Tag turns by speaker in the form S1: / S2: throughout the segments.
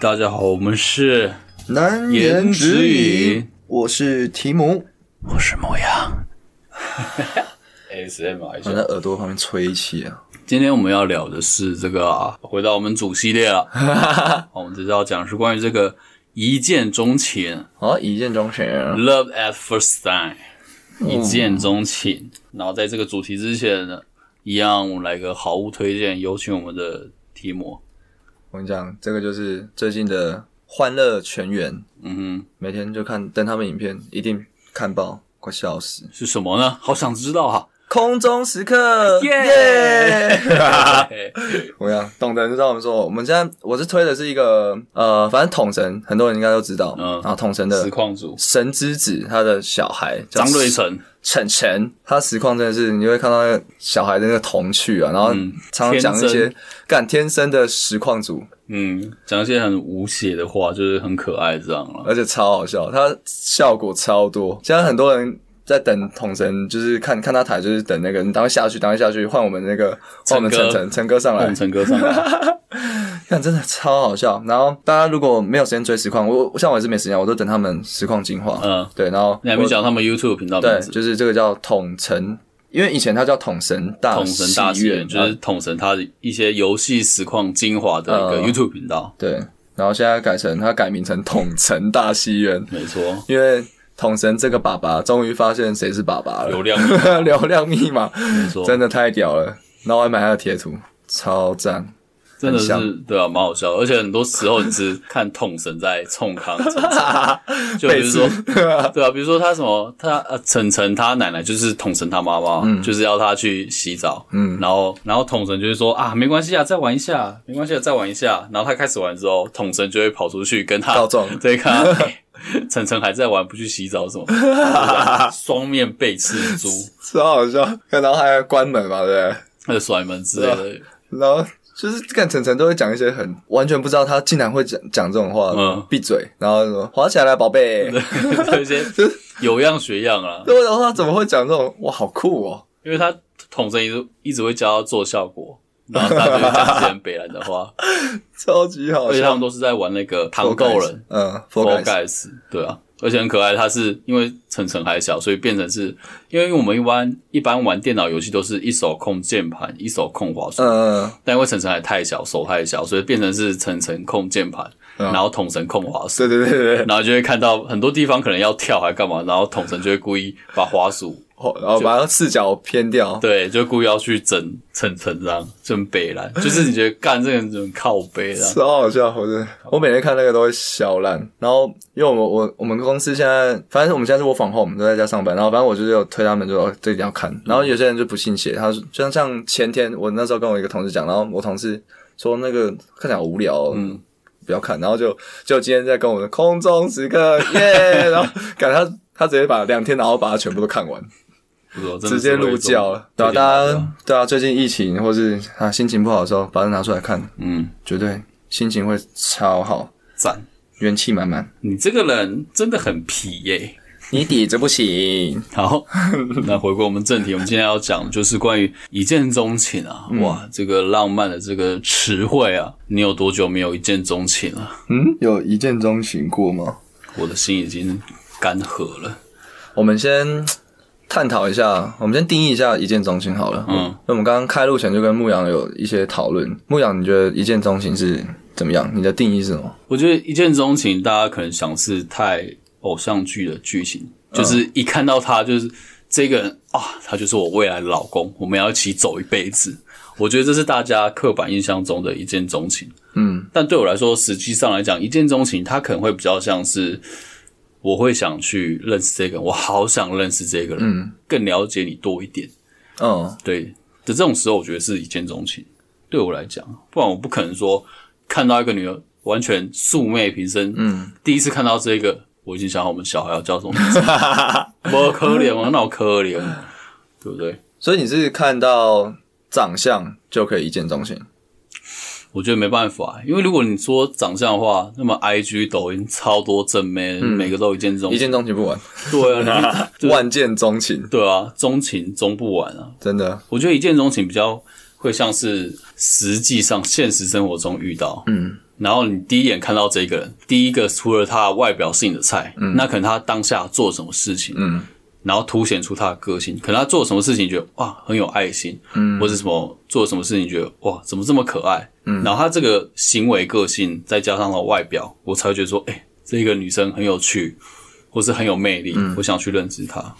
S1: 大家好，我们是
S2: 难
S1: 言
S2: 言
S1: 之
S2: 之
S1: 隐
S2: 隐，我是提姆。
S1: 我是某 羊，ASM 啊，
S2: 我在耳朵旁边吹一气啊！
S1: 今天我们要聊的是这个、啊，回到我们主系列了。 我们这次要讲的是关于这个一见钟情
S2: 好，一见钟情。嗯
S1: （Love at First Sight），一见钟情。然后在这个主题之前呢，一样我们来个好物推荐，有请我们的提摩。
S2: 我跟你讲，这个就是最近的欢乐全员，
S1: 嗯
S2: 每天就看登他们影片，一定看爆，快笑死！
S1: 哼，是什么呢？好想知道 哈、
S2: 空中时刻，
S1: 耶
S2: 耶！
S1: 啊！
S2: 我跟你讲，懂的人知道我们说，我们现在我是推的是一个呃，反正统神，很多人应该都知道，
S1: 嗯
S2: 然后统神
S1: 实
S2: 的。
S1: 况组
S2: 神之子，他的小孩叫
S1: 张瑞成，
S2: 晨晨，他实况真的是，你就会看到那个小孩的那个童趣啊，然后
S1: 嗯
S2: 常常讲一
S1: 天
S2: 些干天生的实况组，
S1: 嗯，讲一些很无邪的话，就是很可爱这样啊了。
S2: 而且超好笑，他效果超多。现在很多人在等统神，就是看看他台，就是等那个你赶快下去，赶快下去，换我们那个换我们
S1: 陈哥嗯
S2: 晨晨晨哥上
S1: 我
S2: 来
S1: 们，陈哥上来，
S2: 看真的超好笑。然后大家如果没有时间追实况，我我像我也是没时间，我都等他们实况进化。
S1: 嗯，
S2: 对，然后
S1: 你还没
S2: 我
S1: 讲他们 YouTube 频道名
S2: 对，
S1: 字，
S2: 就是这个叫统神，因为以前他叫统神大
S1: 统神大戏
S2: 院
S1: 院，就是统神他一些游戏实况精华的一个
S2: 嗯
S1: YouTube 频道，
S2: 对，然后现在改成他改名成统城大戏院，
S1: 没错，
S2: 因为统神这个爸爸终于发现谁是爸爸
S1: 流
S2: 了，
S1: 量密
S2: 流量密码
S1: 没错，
S2: 真的太屌了。然后我还买他的贴图，超赞。
S1: 真的
S2: 很
S1: 是
S2: 像
S1: 对啊，蛮好笑的，而且很多时候你是看统神在冲康冲康， 就比如说
S2: 背。
S1: 对啊，比如说他什么，他呃，晨晨他奶奶就是统神他妈妈，
S2: 嗯
S1: 就是要他去洗澡，嗯，然后然后统神就是说啊，没关系啊，再玩一下，没关系啊，再玩一下。然后他开始玩之后，统神就会跑出去跟他
S2: 告状
S1: 对，看他、哎晨晨还在玩，不去洗澡什么，就是双面被吃 猪，
S2: 超好笑，然后还关门嘛，对
S1: 还有呃甩门之类 的，
S2: 不对？啊然后就是看晨晨都会讲一些很完全不知道他竟然会讲讲这种话，
S1: 嗯
S2: 闭嘴，然后什么滑起来了，宝 贝。
S1: 对，一些有样学样啊，
S2: 对，然后他怎么会讲这种？哇，好酷哦！
S1: 因为他统神一直一直会教他做效果。然后他就会讲一些很北兰的话，
S2: 超级 好
S1: 而且他
S2: 笑
S1: 们。都是在玩那个糖豆人，，
S2: 嗯
S1: f o
S2: ，Fall
S1: r
S2: Guys，
S1: Guys，对啊，而且很可爱。它是因为晨晨还小，所以变成是因为我们一般一般玩电脑游戏都是一手控键盘，一手控滑鼠，
S2: 嗯，
S1: 但因为晨晨还太小，手太小，所以变成是晨晨控键盘，
S2: 嗯
S1: 然后统神控滑鼠，
S2: 对对对对对，
S1: 然后就会看到很多地方可能要跳还干嘛，然后统神就会故意把滑鼠，
S2: 哦然后把它视角偏掉。
S1: 对，啊就故意要去整晨晨这样，整北蓝，就是你觉得干这个人很靠啊背啦，
S2: 超好笑，我真的，我每天看那个都会笑烂。然后，因为我们我我们公司现在，反正我们现在是我访后，我们都在家上班。然后，反正我就是有推他们就，哦这一定要看。然后有些人就不信邪，他说，就像像前天我那时候跟我一个同事讲，然后我同事说那个看起来好无聊、哦，嗯，不要看。然后就就今天在跟我们空中时刻耶， 然后感觉他他直接把两天，然后把它全部都看完。
S1: 不错真的
S2: 直
S1: 是
S2: 接
S1: 会有
S2: 入
S1: 一种
S2: 教了，对啊，
S1: 推荐大
S2: 大
S1: 家
S2: 家对啊，最近疫情或是啊心情不好的时候，把它拿出来看，
S1: 嗯，
S2: 绝对心情会超好，
S1: 赞。
S2: 元气满 满。
S1: 你这个人真的很皮耶、
S2: 你底子不行，
S1: 好，那回归我们正题，我们今天要讲的就是关于一见钟情啊，
S2: 嗯
S1: 哇，这个浪漫的这个词汇啊，你有多久没有一见钟情了、
S2: 嗯，有一见钟情过吗？
S1: 我的心已经干涸了。
S2: 我们先探讨一下，我们先定义一下一见钟情好了。
S1: 嗯，
S2: 那我们刚刚开录前就跟牧羊有一些讨论，牧羊你觉得一见钟情是怎么样？你的定义是什么？
S1: 我觉得一见钟情，大家可能想是太偶像剧的剧情，
S2: 嗯
S1: 就是一看到他就是这个人啊，他就是我未来的老公，我们要一起走一辈子。我觉得这是大家刻板印象中的一见钟情。
S2: 嗯，
S1: 但对我来说，实际上来讲，一见钟情它可能会比较像是我会想去认识这个人，我好想认识这个人，
S2: 嗯
S1: 更了解你多一点。
S2: 嗯，
S1: 对的这种时候，我觉得是一见钟情。对我来讲，不然我不可能说看到一个女儿完全素昧平生，嗯，第一次看到这个，我已经想好我们小孩要叫什么名字， 不可怜吗？那我可怜，哦对不对？
S2: 所以你是看到长相就可以一见钟情？
S1: 我觉得没办法，因为如果你说长相的话，那么 I G 抖音超多正妹，每个嗯都一见钟
S2: 一
S1: 情，
S2: 见钟情不完，
S1: 对啊，你
S2: 万见钟情，
S1: 对啊，钟情钟不完啊。
S2: 真的。
S1: 我觉得一见钟情比较会像是实际上现实生活中遇到，
S2: 嗯，
S1: 然后你第一眼看到这个人，第一个除了他的外表是你的菜，那可能他当下做什么事情，
S2: 嗯，
S1: 然后凸显出他的个性，可能他做什么事情你觉得哇很有爱心，嗯，或者什么做什么事情你觉得哇怎么这么可爱，嗯，然后他这个行为个性再加上了外表，我才会觉得说，哎、这个女生很有趣，或是很有魅力，我想去认识她。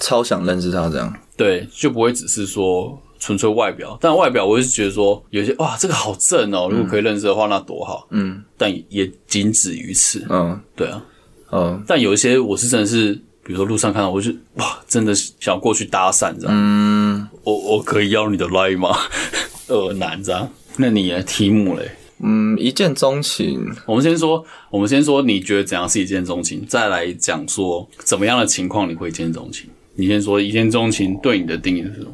S2: 超想认识他这样。
S1: 对，就不会只是说纯粹外表。但外表，我是觉得说有些哇，这个好正哦，如果可以认识的话，那多好。
S2: 嗯，
S1: 但也仅止于此。
S2: 嗯
S1: 对啊，
S2: 嗯
S1: 但有一些我是真的是，比如说路上看到，我就哇，真的想过去搭讪这样。
S2: 嗯，
S1: 我我可以要你的 line 吗？ 恶男这样。那你的题目嘞？
S2: 嗯，一见钟情。
S1: 我们先说，我们先说，你觉得怎样是一见钟情？再来讲说怎么样的情况你会一见钟情？你先说一见钟情对你的定义是什么？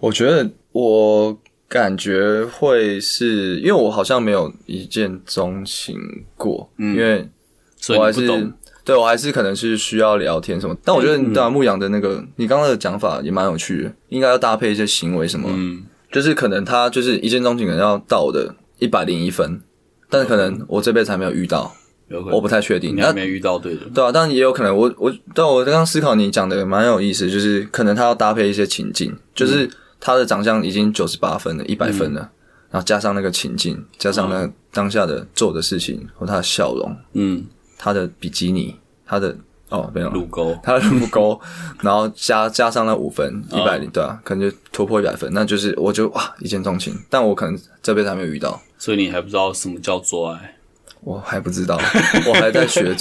S2: 我觉得我感觉会是因为我好像没有一见钟情过，因为
S1: 所以
S2: 我还
S1: 嗯你不懂嗯
S2: 是。对我还是可能是需要聊天什么，但我觉得你对啊，牧羊的那个你刚刚的讲法也蛮有趣的，应该要搭配一些行为什么，
S1: 嗯
S2: 就是可能他就是一见钟情，可能要到我的一百零一分，但是可能我这辈子还没有遇到，
S1: 有可能
S2: 我不太确定。
S1: 你
S2: 那
S1: 还没遇到对的人，
S2: 对啊，但也有可能我我对啊我刚刚思考你讲的蛮有意思，就是可能他要搭配一些情境，就是他的长相已经九十八分了，一百分了，然后加上那个情境，加上那个当下的做的事情和他的笑容，
S1: 嗯，
S2: 他的比基尼，他的哦没有
S1: 乳沟，
S2: 他的乳沟，然后加加上那五分，一百零对啊，可能就突破一百分，那就是我就哇一见钟情，但我可能这辈子还没有遇到，
S1: 所以你还不知道什么叫做爱。
S2: 我还不知道，我还在学。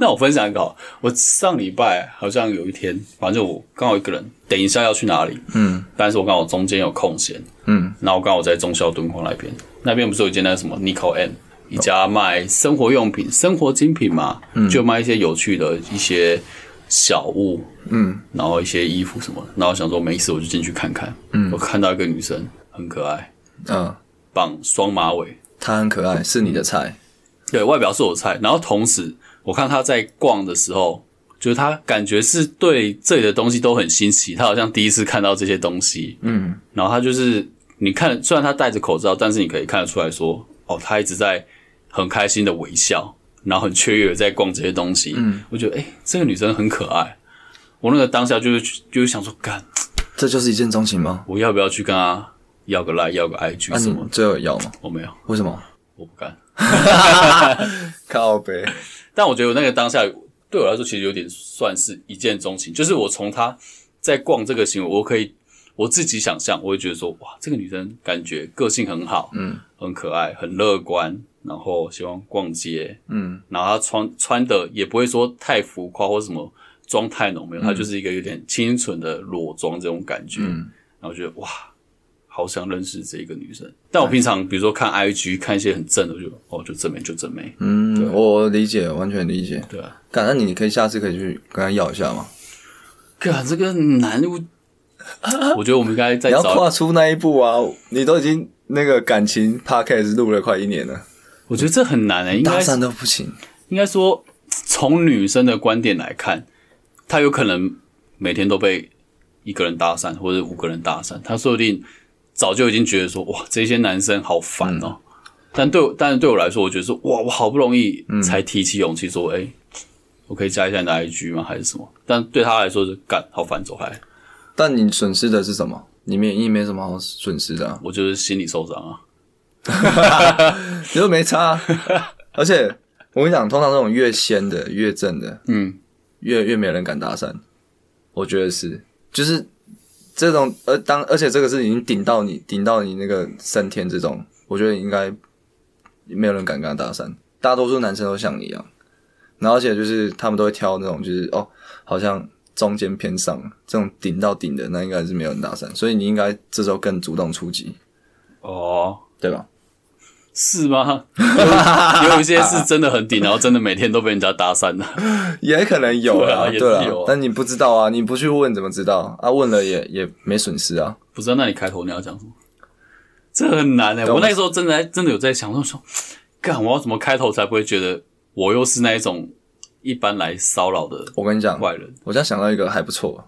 S1: 那我分享一个好了，我上礼拜好像有一天，反正我刚好一个人，等一下要去哪里，
S2: 嗯
S1: 但是我刚好中间有空闲，
S2: 嗯
S1: 然后刚好在中校敦煌那边，那边不是有一间那个什么 Nico M 一家卖生活用品、生活精品嘛，就卖一些有趣的一些小物，
S2: 嗯，
S1: 然后一些衣服什么的，然后想说没事我就进去看看，嗯，我看到一个女生很可爱，
S2: 嗯，
S1: 绑双马尾，
S2: 他很可爱，是你的菜。
S1: 对外表是我的菜，然后同时我看他在逛的时候，就是他感觉是对这里的东西都很新奇，他好像第一次看到这些东西，
S2: 嗯，
S1: 然后他就是你看，虽然他戴着口罩，但是你可以看得出来说，哦，他一直在很开心的微笑，然后很雀跃地在逛这些东西，嗯，我觉得诶、这个女生很可爱，我那个当下就是就是想说，干，
S2: 这就是一见钟情吗？
S1: 我要不要去跟她要个 line，要个 IG
S2: 那
S1: 什
S2: 你
S1: 么？的？
S2: 最后有要吗？
S1: 我没有，
S2: 为什么？
S1: 我不敢。
S2: 靠背。
S1: 但我觉得我那个当下对我来说，其实有点算是一见钟情，就是我从她在逛这个行为，我可以我自己想象，我会觉得说，哇，这个女生感觉个性很好，
S2: 嗯，
S1: 很可爱，很乐观，然后喜欢逛街，
S2: 嗯，
S1: 然后她穿穿的也不会说太浮夸或什么妆太浓，没有，她就是一个有点清纯的裸妆这种感觉，
S2: 嗯
S1: 然后觉得哇。好想认识这个女生，但我平常比如说看 IG 看一些很正的，我就哦就正妹就正妹，
S2: 嗯，我理解，完全理解。
S1: 啊对啊，
S2: 感，那你可以下次可以去跟他要一下吗？
S1: 干这个难度，我觉得我们应该再
S2: 你要
S1: 找。
S2: 跨出那一步啊！你都已经那个感情 podcast 录了快一年了，
S1: 我觉得这很难诶、欸应
S2: 搭
S1: 该
S2: 讪都不行。
S1: 应该说，从女生的观点来看，她有可能每天都被一个人搭讪，或者五个人搭讪，她说不定早就已经觉得说，哇，这些男生好烦哦、但对我，但是对我来说，我觉得说，哇，我好不容易才提起勇气说，哎、我可以加一下你的 IG 吗？还是什么？但对她来说是干好烦，走开，
S2: 但你损失的是什么？你没你没什么好损失的、啊，
S1: 我就是心里受伤啊。
S2: 你又没差、啊而且我跟你讲，通常这种越仙的、越正的，
S1: 嗯，
S2: 越越没有人敢搭讪。我觉得是，就是这种，而当而且这个是已经顶到你顶到你那个升天这种，我觉得应该没有人敢跟他搭讪。大多数男生都像你一样，然后而且就是他们都会挑那种就是哦，好像中间偏上这种顶到顶的，那应该是没有人搭讪，所以你应该这时候更主动出击，
S1: 哦，
S2: 对吧？
S1: 是吗？有有一些是真的很顶，然后真的每天都被人家搭讪的。
S2: 也可能有
S1: 对啊
S2: 啦，
S1: 也是
S2: 对啦
S1: 有啊
S2: 但你不知道啊，你不去问怎么知道啊？问了也也没损失啊。
S1: 不知道那你开头你要讲什么？这很难哎、我那时候真的在真的有在想，我说，干我要怎么开头才不会觉得我又是那一种一般来骚扰的
S2: 我跟你讲，
S1: 坏人
S2: 我这样想到一个还不错，
S1: 啊、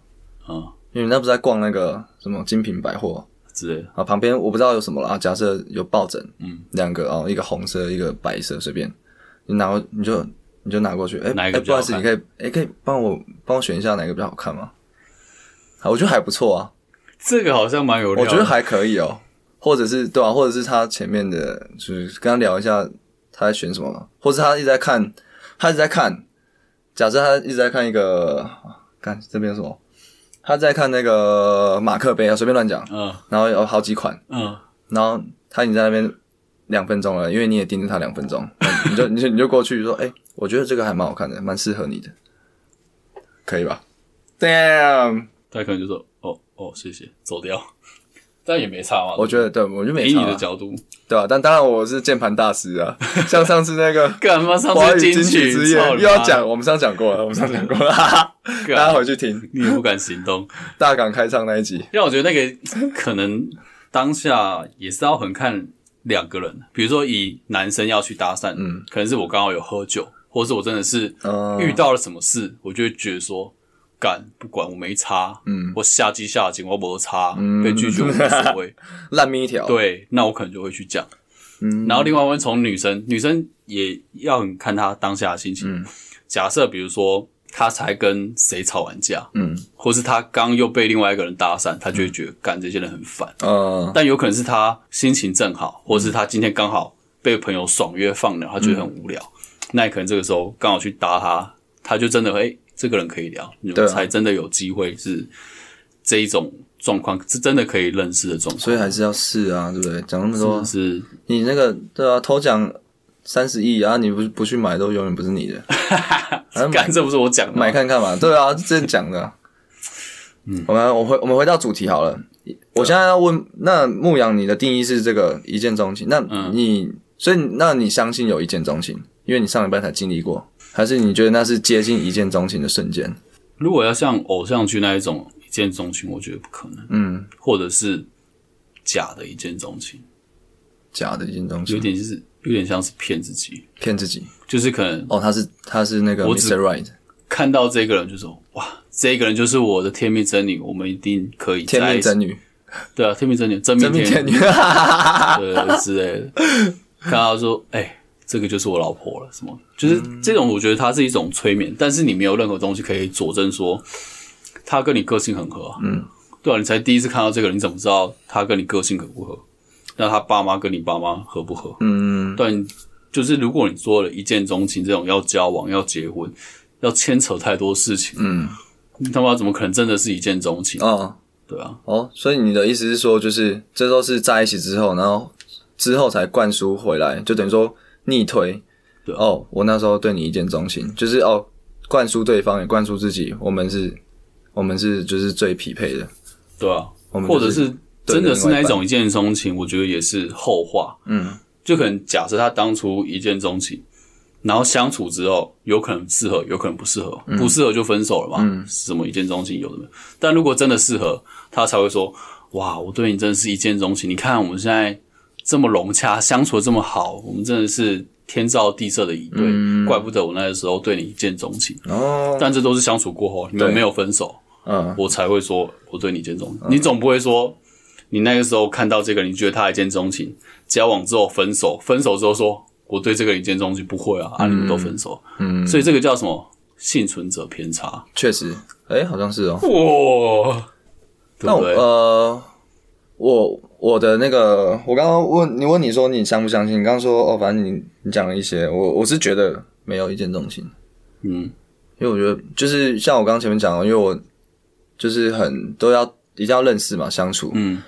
S1: 嗯
S2: 因为你那不是在逛那个什么精品百货，
S1: 之类的。
S2: 啊，旁边我不知道有什么了啊。假设有抱枕，嗯，两个哦，一个红色，一个白色，随便你拿过你就你就拿过去。哎、
S1: 哪
S2: 哎
S1: 一个比
S2: 不好意思，
S1: 较
S2: 你
S1: 好
S2: 可以哎、可以帮我帮我选一下哪个比较好看吗？好，我觉得还不错啊，
S1: 这个好像蛮有料
S2: 我
S1: 的，
S2: 觉得还可以哦。或者是对啊，或者是他前面的，就是跟他聊一下他在选什么，或者他一直在看，他一直在看。假设他一直在看一个，看这边有什么？他在看那个马克杯啊，随便乱讲，
S1: 嗯
S2: 然后有好几款。
S1: 嗯，
S2: 然后他已经在那边两分钟了，因为你也盯着他两分钟，你就 你就你就过去说，哎、我觉得这个还蛮好看的，蛮适合你的，可以吧？Damn，
S1: 他可能就说哦哦，谢谢，走掉，但也没差嘛。
S2: 我觉得对，我就没
S1: 以
S2: 差
S1: 你
S2: 啊、
S1: 的角度，
S2: 对吧、但当然我是键盘大师 啊，像上次那个
S1: 干嘛上
S2: 华
S1: 次
S2: 语金曲
S1: 曲
S2: 之夜
S1: 操
S2: 又
S1: 你
S2: 要
S1: 妈啊
S2: 讲，我们上次讲过了，我们上次讲过了，哈哈 大家
S1: 干
S2: 回去听
S1: 你也不敢行动，
S2: 大港开唱那一集，
S1: 让我觉得那个 可能当下也是要很看两个人，比如说以男生要去搭讪，嗯，可能是我刚好有喝酒，或是我真的是
S2: 嗯
S1: 遇到了什么事，我就会觉得说，干不管我没差，嗯，我下机下井我没差，被拒绝我无所谓，
S2: 烂咪一条，，
S1: 对，那我可能就会去讲。
S2: 嗯
S1: 然后另外问从女生，女生也要很看她当下的心情。
S2: 嗯
S1: 假设比如说她才跟谁吵完架，
S2: 嗯，
S1: 或是她刚又被另外一个人搭讪，她就会觉得干、这些人很烦。
S2: 呃，
S1: 但有可能是她心情正好，或
S2: 嗯
S1: 是她今天刚好被朋友爽约放鸟，她觉得很无聊。
S2: 嗯
S1: 那你可能这个时候刚好去搭她，她就真的哎、这个人可以聊，你
S2: 对啊
S1: 们才真的有机会是这一种状况，是真的可以认识的状况。
S2: 所以还是要试啊，对不对？讲那么多，
S1: 是
S2: 你那个对啊，偷奖三十亿啊，你不不去买都永远不是你 的，啊买
S1: 干，这不是我讲的吗
S2: 买看看嘛。对啊，这讲的啊。
S1: 嗯
S2: 我们我回我们回到主题好了。我现在要问，那牧羊你的定义是这个一见钟情？那
S1: 嗯
S2: 你、所以那你相信有一见钟情？因为你上礼拜才经历过，还是你觉得那是接近一见钟情的瞬间？
S1: 如果要像偶像剧那一种一见钟情，我觉得不可能，
S2: 嗯，
S1: 或者是假的一见钟情，
S2: 假的一见钟
S1: 有
S2: 情，
S1: 点就是有点像是骗自己，
S2: 骗自己
S1: 就是可能
S2: 哦，他是他是那个
S1: 我只
S2: Mr. Right
S1: 看到这个人就说哇，这个人就是我的天命真女，我们一定可以
S2: 天
S1: 在
S2: 命
S1: 一起
S2: 真女，
S1: 对啊，天命真女，真
S2: 真
S1: 命
S2: 命
S1: 天
S2: 天
S1: 女
S2: 女，
S1: 对呃之类的，看到说哎、这个就是我老婆了，什么就是这种，我觉得它是一种催眠，但是你没有任何东西可以佐证说他跟你个性很合、啊，嗯，对啊，你才第一次看到这个人，你怎么知道他跟你个性合不合？那他爸妈跟你爸妈合不合？
S2: 嗯，
S1: 对啊，你就是如果你做了一见钟情这种要交往、要结婚、要牵扯太多事情，嗯，你他妈怎么可能真的是一见钟情？
S2: 哦。
S1: 对啊，
S2: 哦，所以你的意思是说，就是这都是在一起之后，然后之后才灌输回来，就等于说逆推。
S1: 对
S2: 哦，我那时候对你一见钟情，就是哦，灌输对方也灌输自己，我们是，我们是就是最匹配的。
S1: 对啊，
S2: 我们就
S1: 或者是
S2: 对
S1: 真的是那
S2: 另外一
S1: 一
S2: 半
S1: 种一见钟情，我觉得也是后话。
S2: 嗯，
S1: 就可能假设他当初一见钟情，然后相处之后，有可能适合，有可能不适合，
S2: 嗯
S1: 不适合就分手了嘛。什么一见钟情有的没有。但如果真的适合，他才会说：“哇，我对你真的是一见钟情。”你看我们现在这么融洽，相处的这么好，我们真的是天造地设的一对，
S2: 嗯
S1: 怪不得我那个时候对你一见钟情。
S2: 哦，
S1: 但这都是相处过后，啊你们
S2: 对
S1: 没有分手，
S2: 嗯，
S1: 我才会说我对你一见钟情。你总不会说你那个时候看到这个，你觉得他一见钟情，交往之后分手，分手之后说我对这个人一见钟情，不会啊，啊你们都分手，嗯，所以这个叫什么幸存者偏差？
S2: 确实，哎、好像是哦。
S1: 哇，对
S2: 那
S1: 不
S2: 我
S1: 对？
S2: 呃，我我的那个，我刚刚问你问你说你相不相信？你刚刚说哦，反正你你讲了一些，我我是觉得没有一见钟情。
S1: 嗯，
S2: 因为我觉得就是像我刚刚前面讲的，因为我就是很都要一定要认识嘛，相处，
S1: 嗯，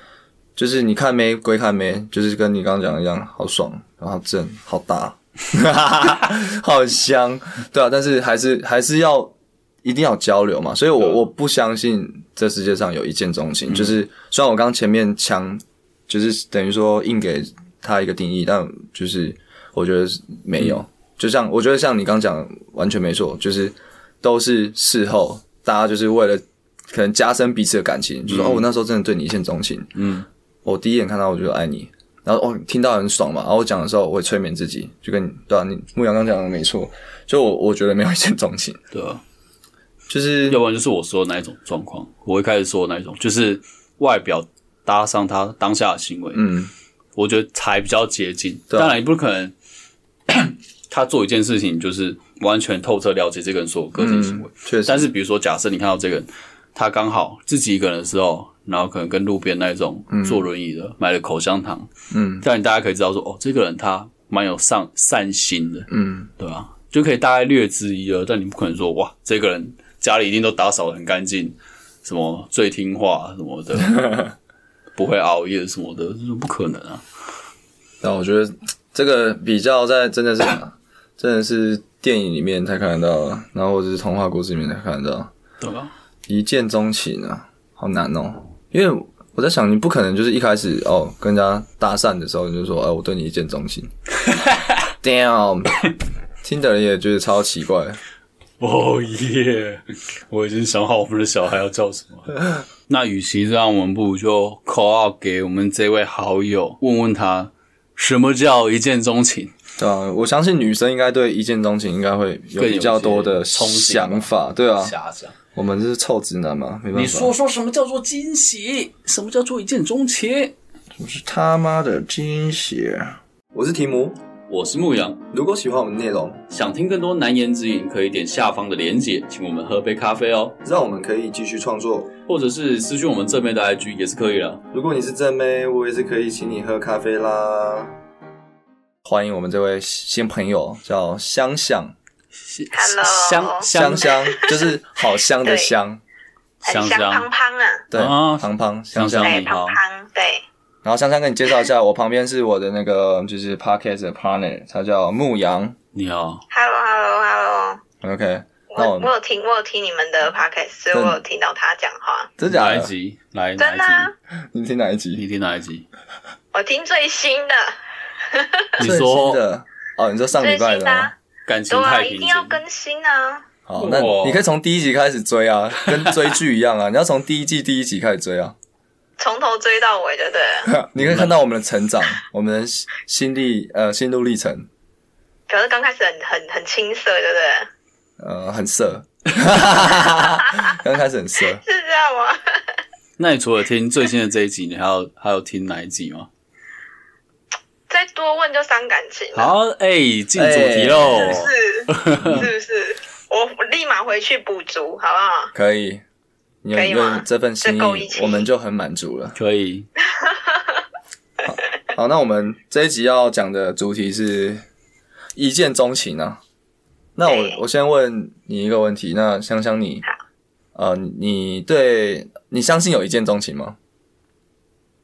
S2: 就是你看妹归看妹，就是跟你刚刚讲的一样，好爽，然后正好大， 好香，对啊，但是还是还是要一定要交流嘛，所以我我不相信这世界上有一见钟情，就是虽然我刚刚前面强，就是等于说硬给他一个定义，但就是我觉得是没有，就像我觉得像你刚讲的完全没错，就是都是事后大家就是为了可能加深彼此的感情，就说、哦，我那时候真的对你一见钟情，
S1: 嗯，
S2: 我第一眼看到我就爱你，然后哦听到很爽嘛，然后我讲的时候我也催眠自己，就跟你对啊，你牧羊刚讲的没错，就我我觉得没有一见钟情，
S1: 对啊，
S2: 就是
S1: 要不然就是我说的那一种状况，我一开始说的那一种，就是外表搭上他当下的行为，
S2: 嗯，
S1: 我觉得才比较接近。
S2: 对啊
S1: 当然，你不可能 他做一件事情就是完全透彻了解这个人所有个性行为。
S2: 嗯确实，
S1: 但是比如说，假设你看到这个人，他刚好自己一个人的时候，然后可能跟路边那种坐轮椅的、买了口香糖，
S2: 嗯，
S1: 这样你大家可以知道说，哦，这个人他蛮有上善心的，
S2: 嗯，
S1: 对吧、就可以大概略知一二，但你不可能说哇，这个人家里一定都打扫的很干净，什么最听话什么的， 不会熬夜什么的，这是不可能啊。
S2: 但我觉得这个比较在真的是 真的是电影里面才看得到，然后或者是童话故事里面才看得到。
S1: 对吧？
S2: 一见钟情啊，好难哦。因为我在想，你不可能就是一开始哦跟人家搭讪的时候你就说，哎、我对你一见钟 情。Damn，听的人也觉得超奇怪。
S1: 哦耶！我已经想好我们的小孩要叫什 么了。那与其这样，我们不如就 call out 给我们这位好友，问问他什么叫一见钟情。
S2: 对啊，我相信女生应该对一见钟情应该会有
S1: 更有一些
S2: 比较多的
S1: 憧憬吧
S2: 想法，对啊，
S1: 瞎讲，
S2: 我们是臭直男嘛，没办法。
S1: 你说说什么叫做惊喜？什么叫做一见钟情？
S2: 我是他妈的惊喜。我是提姆，
S1: 我是牧羊，
S2: 如果喜欢我们的内容，
S1: 想听更多难言之隐，可以点下方的连结，请我们喝杯咖啡哦，
S2: 让我们可以继续创作。
S1: 或者是私讯我们正面的 IG 也是可以的。
S2: 如果你是正妹，我也是可以请你喝咖啡啦。欢迎我们这位新朋友，叫香香
S3: Hello
S1: 香
S2: 香
S1: 香
S2: 香，就是好香的 香，
S3: 很
S1: 香
S3: 香胖
S1: 香，
S3: 胖啊，
S2: 对，
S1: 啊
S2: 胖胖香香
S1: 香。
S3: 对，
S1: 你好
S3: 胖胖，对，
S2: 然后香香跟你介绍一下，我旁边是我的那个就是 podcast 的 partner，他叫牧羊。
S1: 你好，
S3: Hello Hello Hello，
S2: OK，那我
S3: 我我有听我有听你们的 podcast，所以
S2: 真
S3: 我有听到他讲话，
S2: 真假
S1: 哪一
S2: 的？
S1: 集？来哪
S3: 真的啊
S1: 一集？
S2: 你听哪一集？
S1: 你听哪一集？
S3: 我听最新的，
S1: 你
S2: 最新
S1: 说
S2: 的哦？你说上礼拜
S3: 最
S2: 的
S3: 新的
S2: 吗
S3: 啊？
S1: 感情
S3: 对啊，
S1: 太
S3: 一
S1: 平
S3: 定
S1: 静，
S3: 要更新啊，
S2: 好，那
S1: 哇
S2: 你可以从第一集开始追啊，跟追剧一样啊，你 要从第一季第一集开始追啊，
S3: 从头追到尾，对不对？
S2: 你可以看到我们的成长，我们的心心历呃心路历程，
S3: 可是刚开始很很很青涩，对不对？
S2: 呃，很色， 刚开始很色，
S3: 是这样吗？
S1: 那你除了听最新的这一集，你还有还有听哪一集吗？
S3: 再多问就伤感情
S2: 啊
S3: 了，
S1: 好，哎、进主题喽、
S3: 是
S2: 哎
S3: 不是？是不是？我我立马回去补足，好不好？
S2: 可以，你有
S3: 可以吗
S2: 有这份心
S3: 这够义
S2: 意，
S3: 气
S2: 我们就很满足了。
S1: 可以，
S2: 好，那我们这一集要讲的主题是一见钟情啊。那我
S3: 对
S2: 我先问你一个问题，那香香你，呃，你对你相信有一见钟情吗？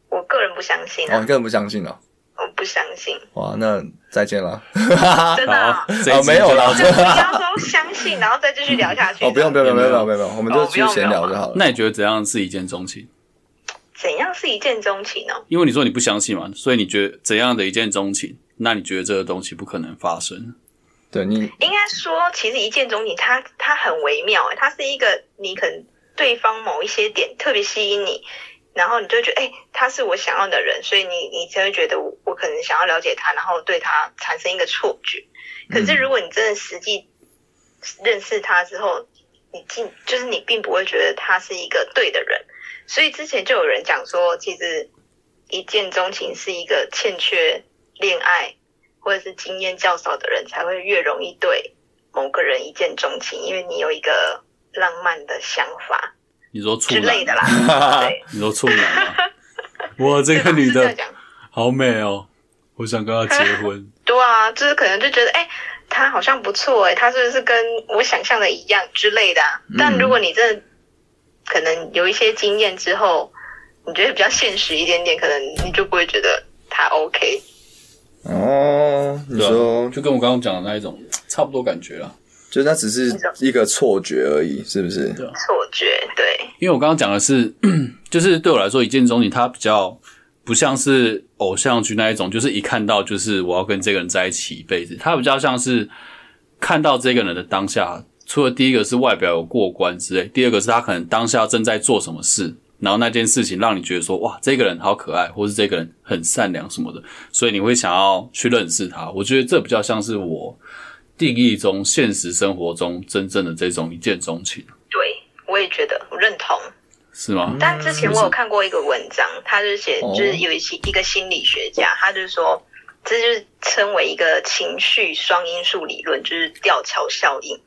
S3: 我个人不相信
S2: 哦，
S3: 啊
S2: 你，根本不相信哦。
S3: 我不相信，
S2: 哇，那再见了。
S3: 真的啊
S1: 好。，这一集
S2: 哦没有啦
S1: 就
S3: 就
S1: 到
S3: 是不要说相信，然后再继续聊下去。
S2: 哦，不用不用不用
S1: 没
S2: 不
S1: 有哦
S2: 用不用，不用我们就去闲聊就好了。
S1: 那你觉得怎样是一见钟情？
S3: 怎样是一见钟情哦？
S1: 因为你说你不相信嘛，所以你觉得怎样的一见钟情？那你觉得这个东西不可能发生？
S2: 对你，
S3: 应该说，其实一见钟情它它很微妙欸，它是一个你可能对方某一些点特别吸引你，然后你就觉得哎、他是我想要的人，所以你你才会觉得我我可能想要了解他，然后对他产生一个错觉。可是如果你真的实际认识他之后，你进就是你并不会觉得他是一个对的人，所以之前就有人讲说，其实一见钟情是一个欠缺恋爱或者是经验较少的人才会越容易对某个人一见钟情，因为你有一个浪漫的想法
S1: 你说处
S3: 之类
S1: 男
S3: 的，啦。对，
S1: 你说处男 吗？哇，啊这个
S3: 是吧
S1: 女
S3: 是这样
S1: 的
S3: 讲
S1: 好美哦，我想跟她结婚。
S3: 对啊，就是可能就觉得，哎、他好像不错，哎，他是不是跟我想象的一样之类的、
S1: 嗯
S3: 啊？但如果你真的可能有一些经验之后，你觉得比较现实一点点，可能你就不会觉得他 OK。
S2: 哦， 你
S1: 对啊
S2: 说
S1: 就跟我刚刚讲的那一种差不多感觉啦。
S2: 就那只是一个错觉而已，是不是？
S3: 错觉，对，
S1: 因为我刚刚讲的是， 就是对我来说，一见钟情它比较不像是偶像剧那一种，就是一看到就是我要跟这个人在一起一辈子。它比较像是看到这个人的当下，除了第一个是外表有过关之类，第二个是他可能当下正在做什么事，然后那件事情让你觉得说哇，这个人好可爱，或是这个人很善良什么的，所以你会想要去认识他。我觉得这比较像是我定义中现实生活中真正的这种一见钟情。
S3: 对，我也觉得我认同。
S1: 是吗？
S3: 但之前我有看过一个文章，他就是写，就是有一些一个心理学家，他就是说，这就是称为一个情绪双因素理论，就是吊桥效应。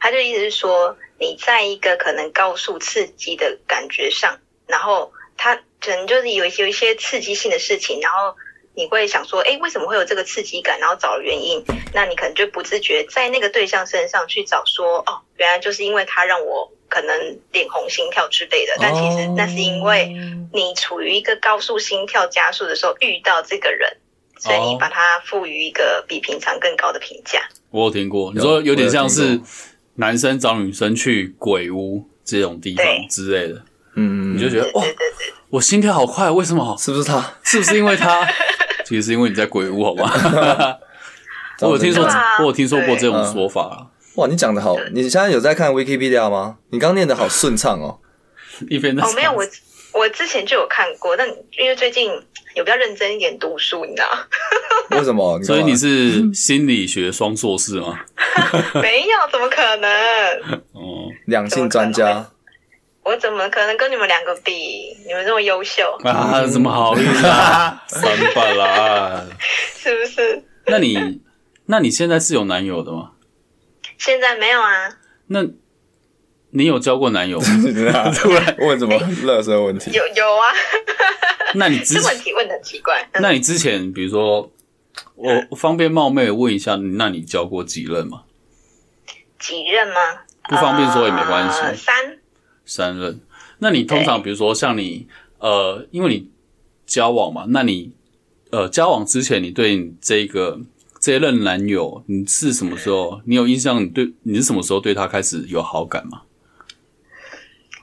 S3: 他就意思是说，你在一个可能高速刺激的感觉上，然后他可能就是有一些有一些刺激性的事情，然后你会想说，哎，为什么会有这个刺激感？然后找原因，那你可能就不自觉在那个对象身上去找说，哦，原来就是因为他让我可能脸红、心跳之类的。但其实那是因为你处于一个高速心跳加速的时候遇到这个人，所以你把它赋予一个比平常更高的评价。
S1: 我有听过，你说有点像
S2: 我有
S1: 是
S2: 听
S1: 男生找女生去鬼屋这种地方
S3: 对
S1: 之类的，
S2: 嗯，
S1: 你就觉
S3: 对
S1: 得哇，
S3: 对对对，
S1: 我心跳好快，为什 么？
S2: 是不是他？
S1: 是不是因为他？其实是因为你在鬼屋，好 吗？我有听说
S3: 对，啊
S1: 我有听说过这种
S2: 对
S1: 说法啊，
S2: 哇，你讲的好，你现在有在看 Wikipedia 吗？你刚念的好顺畅 哦。
S1: 一边在
S3: 哦，没有
S1: 想
S3: 我。我之前就有看过，但因为最近有比较认真一点读书，你知道吗，
S2: 为什么？
S1: 所以
S2: 干嘛
S1: 你是心理学双硕士吗？
S3: 没有，怎么可能？
S1: 哦，
S2: 两性专家，
S3: 我怎么可能跟你们两个比？你们这么优秀，
S2: 嗯
S1: 啊，怎么好运啊， 三百啦！
S3: 是不是？
S1: 那你，那你现在是有男友的吗？
S3: 现在没有啊，
S1: 那你有交过男友吗？
S2: 你知道
S1: 突然，
S2: 问 什么乐色问
S1: 哎
S2: 题？
S3: 有有啊，
S1: 那你之
S3: 这问题问的很奇怪。嗯
S1: 那你之前，比如说，我我方便冒昧地问一下，那你交过几任吗？
S3: 几任吗？
S1: 不方便说也没关系
S3: 呃三
S1: 三任。那你通常比如说像你呃，因为你交往嘛，那你呃交往之前，你对你这个这一任男友，你是什么时候？你有印象？你对你是什么时候对他开始有好感吗？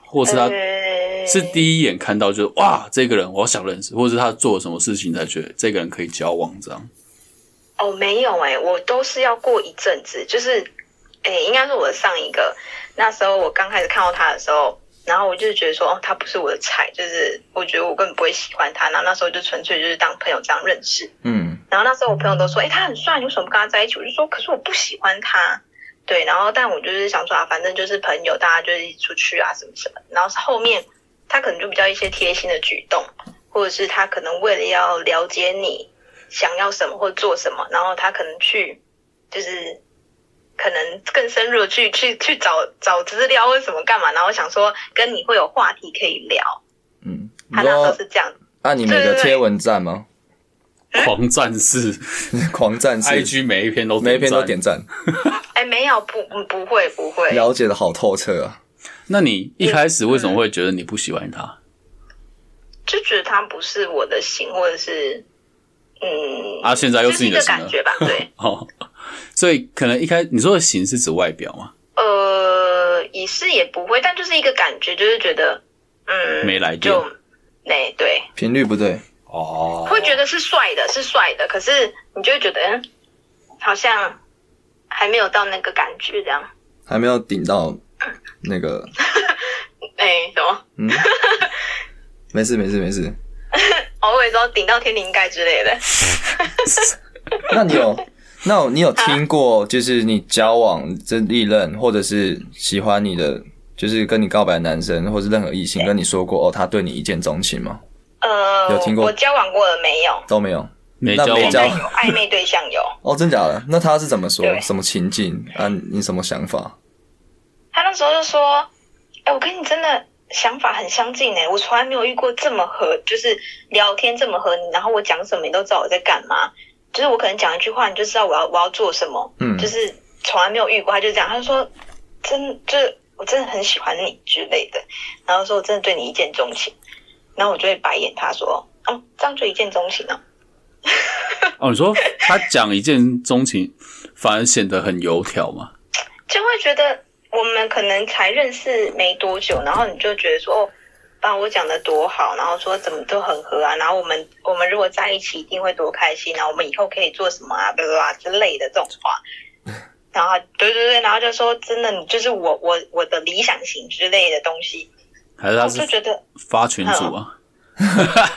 S1: 或是他啊
S3: 呃
S1: 是第一眼看到就哇，这个人我想认识，或是他做了什么事情才觉得这个人可以交往这样？
S3: 哦，没有哎、我都是要过一阵子，就是，哎、应该说我的上一个，那时候我刚开始看到他的时候，然后我就是觉得说，哦，他不是我的菜，就是我觉得我根本不会喜欢他，然后那时候就纯粹就是当朋友这样认识，
S2: 嗯，
S3: 然后那时候我朋友都说，哎、他很帅，你为什么不跟他在一起？我就说，可是我不喜欢他。对，然后但我就是想说啊，反正就是朋友，大家就是一起出去啊，什么什么。然后是后面他可能就比较一些贴心的举动，或者是他可能为了要了解你想要什么或做什么，然后他可能去就是可能更深入的去去去找找资料或者什么干嘛，然后想说跟你会有话题可以聊。
S2: 嗯，你
S3: 他那时候
S2: 说
S3: 是这样，
S2: 按你每个贴文赞吗？
S3: 嗯
S1: 狂战士
S2: 狂赞是，
S1: IG 每一篇都
S2: 每一篇都
S1: 赞
S2: 点赞，
S3: 哎，没有，不不会不会，
S2: 了解的好透彻啊。
S1: 那你一开始为什么会觉得你不喜欢他？
S3: 就觉得他不是我的型，或者是嗯，
S1: 啊现在又是你的
S3: 就是
S1: 型
S3: 一个
S1: 了
S3: 感 觉吧？对，
S1: 哦，所以可能一开你说的型是指外表嘛，
S3: 呃，也是也不会，但就是一个感觉，就是觉得嗯，
S1: 没来电
S3: 就对对，
S2: 频率不对，
S1: 哦
S3: 会觉得是帅的，是帅的，可是你就会觉得嗯，好像还没有到那个感觉这样。
S2: 还没有顶到那个，
S3: 哎，什么？
S2: 嗯，没事没事没事。
S3: 偶尔说顶到天灵盖之类的。
S2: 那你有， 那有你有听过，就是你交往这历任，或者是喜欢你的，就是跟你告白的男生，或是任何异性，跟你说过哦，他对你一见钟情吗？
S3: 呃，
S2: 有听过
S3: 我交往过了没有？
S2: 都没有。
S1: 没
S2: 那
S1: 交
S2: 没
S1: 往
S2: 交
S3: 但
S2: 往
S3: 有暧昧对象有。
S2: 哦，真假的？那他是怎么说？
S3: 对
S2: 什么情境啊？你什么想法？
S3: 他那时候就说：“哎、我跟你真的想法很相近哎、我从来没有遇过这么合，就是聊天这么合你，然后我讲什么你都知道我在干嘛，就是我可能讲一句话你就知道我要我要做什么，
S2: 嗯
S3: 就是从来没有遇过。”他就这样，他就说：“真就是我真的很喜欢你之类的。”然后说：“我真的对你一见钟情。”然后我就会白眼他说：“哦，这样就一见钟情了、
S1: 哦，你说他讲一见钟情，反而显得很油条嘛？
S3: 就会觉得我们可能才认识没多久，然后你就觉得说，哦，把我讲的多好，然后说怎么都很合啊，然后我们我们如果在一起一定会多开心，啊然后我们以后可以做什么啊，对吧之类的这种 话。然后对对对，然后就说真的，你就是我我我的理想型之类的东西，
S1: 还是
S3: 我
S1: 他
S3: 哦就是觉得
S1: 发群主 啊？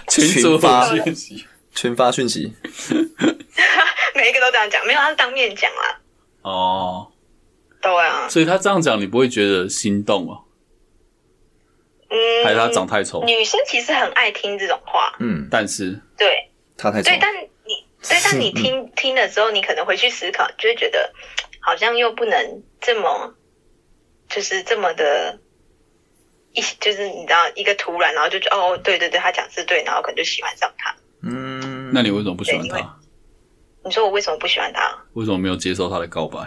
S1: 群主
S2: 群发
S1: 讯息
S2: 群发讯息，
S3: 每一个都这样讲，没有他是当面讲啦，
S1: 哦，
S3: 对啊，
S1: 所以他这样讲，你不会觉得心动哦？
S3: 嗯，
S1: 啊还是他长太丑？
S3: 女生其实很爱听这种话，
S2: 嗯，
S1: 但是
S3: 对，
S2: 他太丑
S3: 对，，但你对，但你听听了之后，你可能回去思考，就会觉得好像又不能这么，就是这么的，一就是你知道一个突然，然后就觉得哦，对对对，他讲是对，然后可能就喜欢上他。
S2: 嗯，
S1: 那你为什么不喜欢
S3: 对因为
S1: 他？
S3: 你说我为什么不喜欢他？
S1: 为什么没有接受他的告白？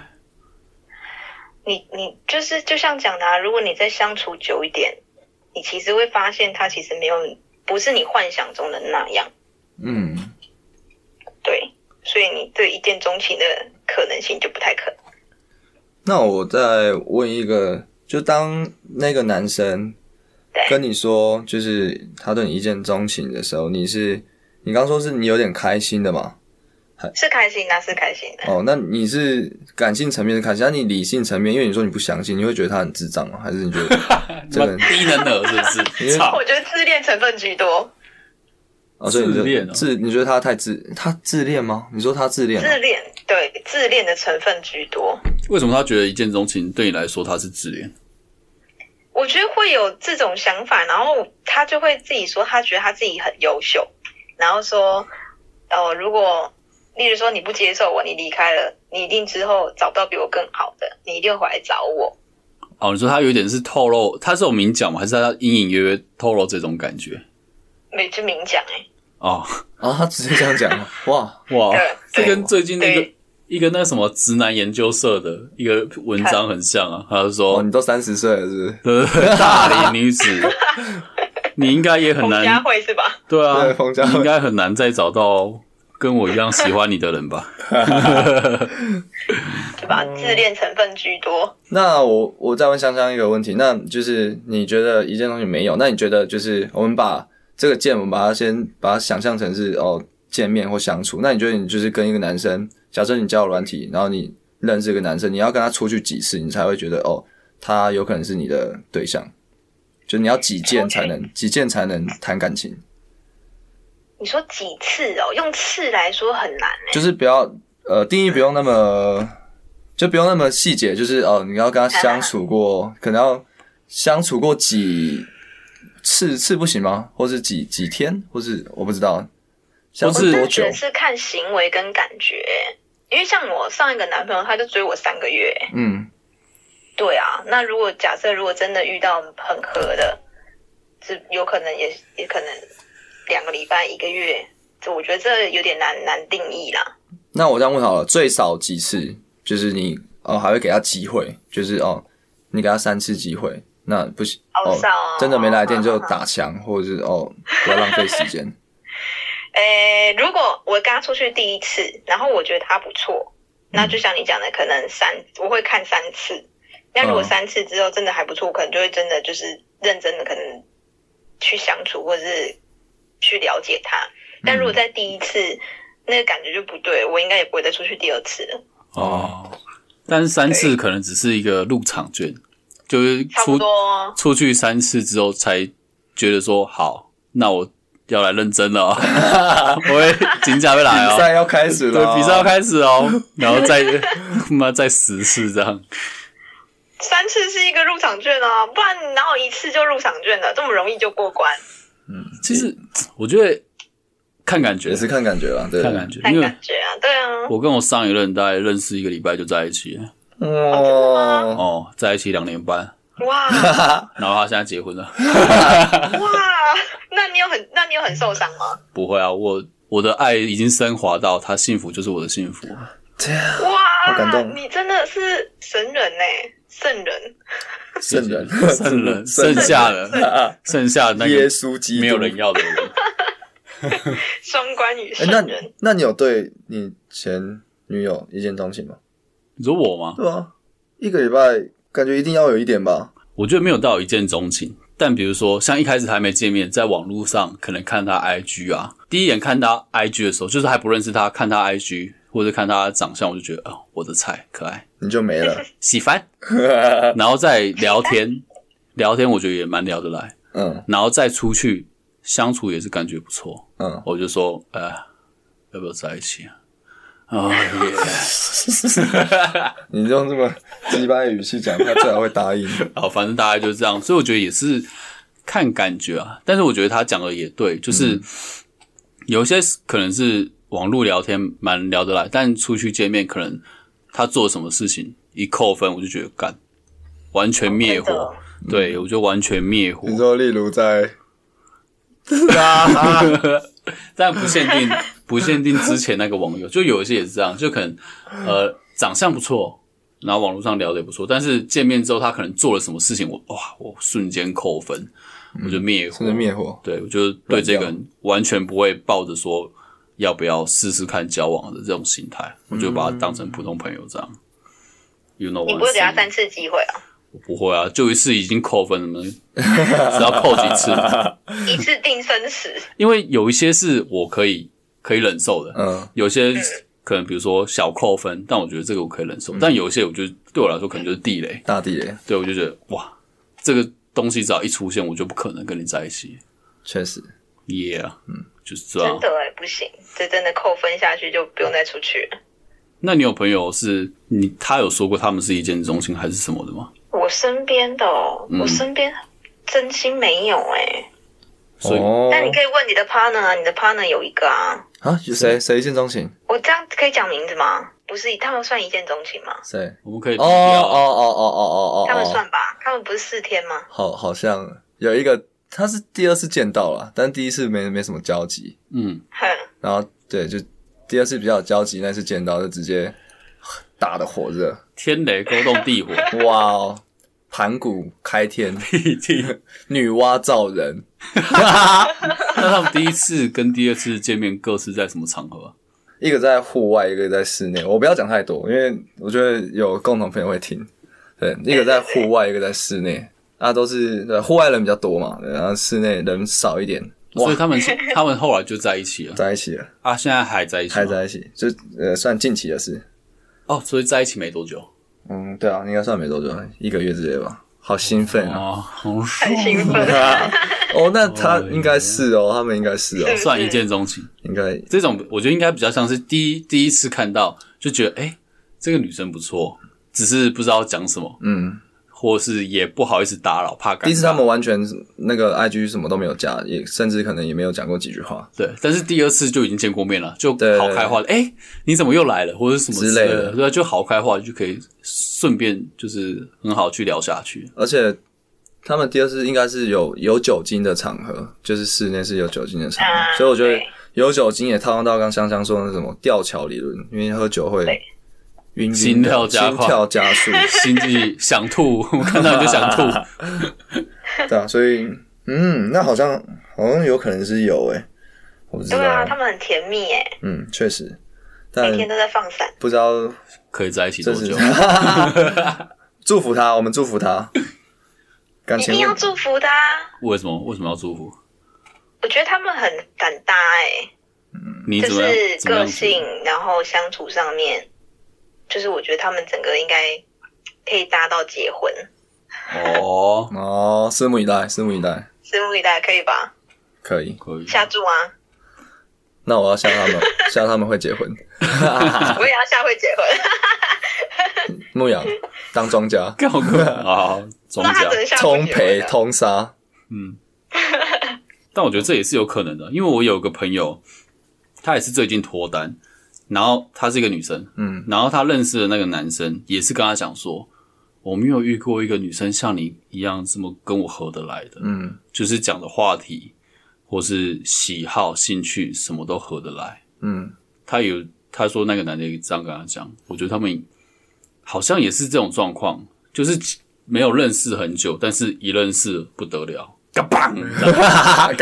S3: 你你就是就像讲的、啊，如果你再相处久一点，你其实会发现他其实没有不是你幻想中的那样，
S2: 嗯，
S3: 对，所以你对一见钟情的可能性就不太可能。
S2: 那我再问一个，就当那个男生
S3: 对
S2: 跟你说，就是他对你一见钟情的时候，你是你刚说是你有点开心的嘛？
S3: 是开心那是开心的。
S2: 哦，那你是感性层面的开心，那你理性层面，因为你说你不相信，你会觉得他很智障吗？还是你觉 得这个人
S1: 低能儿是不
S2: 因
S1: 是？
S2: 为
S1: 操
S3: 我！觉得自恋成分居多，
S2: 哦，所以你
S1: 自恋
S2: 就
S1: 哦
S2: 自你觉得他太自他自恋吗？你说他自恋、
S3: 自
S2: 啊？
S3: 恋对自恋的成分居多。
S1: 为什么他觉得一见钟情对你来说他是自恋？
S3: 我觉得会有这种想法，然后他就会自己说，他觉得他自己很优秀，然后说，呃，如果例如说你不接受我，你离开了，你一定之后找不到比我更好的，你一定会回来找我。
S1: 哦，你说他有点是透露，他是有明讲吗？还是他隐隐约约透露这种感觉？
S3: 没就明讲哎、
S1: 哦，
S2: 啊，他直接这样讲啊，哇，
S1: 哇
S3: 对，
S1: 这跟最近那个
S3: 呃对
S1: 一个那什么直男研究社的一个文章很像啊，他就
S2: 哦，
S1: 说
S2: 你都三十岁了是不是？
S1: 对对对 大龄女子，你应该也很
S3: 彭佳
S1: 难，
S3: 慧是吧？
S1: 对啊
S2: 对，冯家
S1: 你应该很难再找到跟我一样喜欢你的人吧？
S3: 对吧？自恋成分居多。
S2: 那我我再问香香一个问题，那就是你觉得一件东西没有，那你觉得就是我们把这个见，我们把它先呃把它想象成是哦见面或相处，那你觉得你就是跟一个男生，假设你交友软体，然后你认识一个男生，你要跟他出去几次，你才会觉得哦他有可能是你的对象？就你要几见才能几见才能 谈感情，
S3: 你说几次哦？用次来说很难哎、
S2: 就是不要呃定义不用那么就不用那么细节，就是哦你要跟他相处过，可能要相处过几次次不行吗？或是几几天，或是我不知道，相处
S1: 是
S3: 我
S2: 多
S3: 真的
S2: 久
S3: 觉得？是看行为跟感觉欸，因为像我上一个男朋友，他就追我三个月欸。
S2: 嗯，
S3: 对啊，那如果假设如果真的遇到很合的，这有可能也也可能两个礼拜、一个月，这我觉得这有点难难定义啦。
S2: 那我这样问好了，最少几次？就是你哦还会给他机会，就是哦你给他三次机会，那不行
S3: 好
S2: 哦
S3: 少哦
S2: 真的没来电就
S3: 好好好
S2: 打枪，或者是哦不要浪费时间。
S3: 诶，如果我跟他出去第一次，然后我觉得他不错，那
S1: 嗯
S3: 就像你讲的，可能三我会看三次。那如果
S2: 嗯
S3: 三次之后真的还不错，我可能就会真的就是认真的可能去相处，或者是去了解他。但
S1: 嗯
S3: 如果在第一次那个感觉就不对，我应该也不会再出去第二次了。
S1: 哦，但是三次可能只是一个入场券，就是
S3: 差不
S1: 出
S3: 多哦，
S1: 出去三次之后才觉得说好，那我要来认 真了哦，我会紧张会来
S2: 比
S1: 哦。
S2: 赛要开始了哦，
S1: 对，比赛要开始哦，然后再 他妈再十次这样，
S3: 三次是一个入场券啊，不然你哪有一次就入场券的这么容易就过关？
S1: 其实我觉得看感觉
S2: 也是看感觉啦，对，
S1: 看感觉，
S3: 看
S1: 因为
S3: 感觉啊，对啊，
S1: 我跟我上一任大概认识一个礼拜就在一起了，
S2: 哇，
S1: 哦，在一起两年半，
S3: 哇
S1: 然后他现在结婚了。
S3: 哇，那你有很那你有很受伤吗？
S1: 不会啊，我我的爱已经升华到他幸福就是我的幸福。
S2: 这样
S3: 哇，
S2: 好感动
S3: 你真的是神人呢、圣人。
S2: 圣人，
S1: 剩了，
S2: 圣
S1: 剩
S2: 人
S1: 下了，
S2: 啊
S1: 剩下那
S2: 耶
S1: 个
S2: 稣基督，
S1: 没有人要的人。
S3: 双关语
S2: 哎
S3: 圣
S2: 那
S3: 人，
S2: 那你有对你前女友一见钟情吗？
S1: 你说我吗？
S2: 对啊，一个礼拜感觉一定要有一点吧。
S1: 我觉得没有到一见钟情，但比如说像一开始还没见面，在网络上可能看他 IG 啊，第一眼看他 IG 的时候，就是还不认识他，看他 IG 或者看他长相，我就觉得哦，我的菜，可爱，
S2: 你就没 了，
S1: 喜欢，然后再聊天，聊天我觉得也蛮聊得来，
S2: 嗯
S1: 然后再出去相处也是感觉不错，
S2: 嗯，
S1: 我就说，呃，要不要在一起啊？哦耶！
S2: 你用这么鸡巴的语气讲，他最好会答应。
S1: 好，反正大概就是这样，所以我觉得也是看感觉啊。但是我觉得他讲的也对，就是、有些是可能是网络聊天蛮聊得来，但出去见面可能他做什么事情一扣分，我就觉得干完全灭
S3: 哦真的
S1: 火。对， 我就完全灭火
S2: 你。说例如在，
S1: 但不限定，不限定之前那个网友，就有一些也是这样，就可能呃长相不错，然后网络上聊的也不错，但是见面之后他可能做了什么事情，我哇，我瞬间扣分，我就灭火
S2: 甚，至灭火，
S1: 对我就对这个
S2: 软
S1: 人完全不会抱着说要不要试试看交往的这种心态，我就把他当成普通朋友这样。You know，
S3: 你不会给他
S1: what I'm saying
S3: 三次机会 啊？
S1: 我不会啊，就一次已经扣分了， 只要扣几次，
S3: 一次定生死，
S1: 因为有一些是我可以可以忍受的，
S2: 嗯，
S1: 有些可能比如说小扣分，但我觉得这个我可以忍受，但有一些我觉得对我来说可能就是地雷，
S2: 大地雷，
S1: 对我就觉得哇，这个东西只要一出现，我就不可能跟你在一起
S2: 确实，
S1: ，Yeah，嗯，就是这
S2: 啊
S1: 样
S3: 真。的哎、不行，这真的扣分下去就不用再出去了。
S1: 那你有朋友是你他有说过他们是一见钟情还是什么的吗？
S3: 我身边的、哦，
S1: 嗯
S3: 我身边真心没有哎、
S1: 所以
S2: 哦
S3: 但你可以问你的 partner 啊，你的 partner 有一个啊。
S2: 啊，谁谁一见钟情？
S3: 我这样可以讲名字吗？不是，他们算一见钟情吗？
S2: 谁？
S1: 我们可以
S2: 哦哦
S1: 哦，
S2: 哦哦哦哦
S3: 他们
S2: 哦，
S3: 算吧，他们不是四天吗？
S2: 好，好像有一个，他是第二次见到了，但第一次没没什么交集，
S1: 嗯，
S3: 哼，
S2: 然后对，就第二次比较有交集，那次见到就直接打的火热，
S1: 天雷勾动地火，
S2: 哇哦，盘古开天，
S1: 地地。
S2: 女娲造人，
S1: 那他们第一次跟第二次见面各是在什么场合啊？
S2: 一个在户外，一个在室内。我不要讲太多，因为我觉得有共同朋友会听。对，一个在户外，一个在室内，啊，都是对户外人比较多嘛，对然后室内人少一点。哇
S1: 所以他们是他们后来就在一起 了
S2: 在一起了，
S1: 啊，现在还在一起吗，
S2: 还在一起，就呃算近期的事。
S1: 哦，所以在一起没多久。
S2: 嗯，对啊，应该算没多久，
S1: 嗯
S2: 一个月之内吧。好兴奋啊！
S1: 哦，好
S3: 很
S1: 爽，
S3: 兴奋。
S2: 哦，那他应该是哦，他们应该是哦，
S3: 是
S1: 算一见钟情。
S2: 应该
S1: 这种我觉得应该比较像是第一第一次看到就觉得，哎、这个女生不错，只是不知道讲什么，
S2: 嗯，
S1: 或是也不好意思打扰，怕尴尬。
S2: 第一次他们完全那个 IG 什么都没有加，也甚至可能也没有讲过几句话。
S1: 对，但是第二次就已经见过面了，就
S2: 对
S1: 好开化了。哎、你怎么又来了，或者什么
S2: 之
S1: 类
S2: 类的
S1: 对啊，就好开化，就可以顺便就是很好去聊下 去。
S2: 而且他们第二次应该是有有酒精的场合，就是室内是有酒精的场合，
S3: 啊
S2: 所以我觉得
S3: 对
S2: 有酒精也套用到刚香香说的那什么吊桥理论，因为喝酒会
S3: 对
S2: 晕晕的
S1: 心跳加快
S2: 心跳加速，
S1: 心悸想吐，我看到你就 想吐。
S2: 对啊，所以嗯，那好像好像有可能是有诶、我不知道，欸
S3: 对啊，他们很甜蜜哎、
S2: 嗯，确实，但
S3: 每天都在放闪。
S2: 不知道
S1: 可以在一起多
S2: 这是
S1: 久？
S2: 祝福他，我们祝福他，感
S3: 一
S2: 情
S3: 定要祝福啊他、
S1: 为什么为什么要祝福？
S3: 我觉得他们很敢搭哎、
S1: 你
S3: 就
S1: 怎么样？
S3: 是
S1: 怎么样
S3: 个
S1: 祝福
S3: 性，然后相处上面，就是我觉得他们整个应该可以搭到结婚，
S1: 哦，
S2: 哦，拭目以待，拭目以待，
S3: 拭目以待，可以吧？
S2: 可以，
S1: 可以。，
S3: 下注 啊，
S2: 那我要吓他们，吓他们会结婚。
S3: 我也要下会结婚。
S2: 牧羊当庄家
S1: 干 好可啊，总
S3: 那他
S1: 讲
S3: 只。能下 会
S2: 通
S3: 结婚
S2: 赔
S3: 啊
S2: 通杀，
S1: 但我觉得这也是有可能的，因为我有个朋友，她也是最近脱单，然后她是一个女生，
S2: 嗯，
S1: 然后她认识的那个男生也是跟她讲说，我没有遇过一个女生像你一样这么跟我合得来的，
S2: 嗯，
S1: 就是讲的话题或是喜好、兴趣什么都合得来。
S2: 嗯，
S1: 他有他说那个男的也这样跟他讲，我觉得他们好像也是这种状况，就是没有认识很久，但是一认识不得了，嘎嘣！
S2: 嘎嘣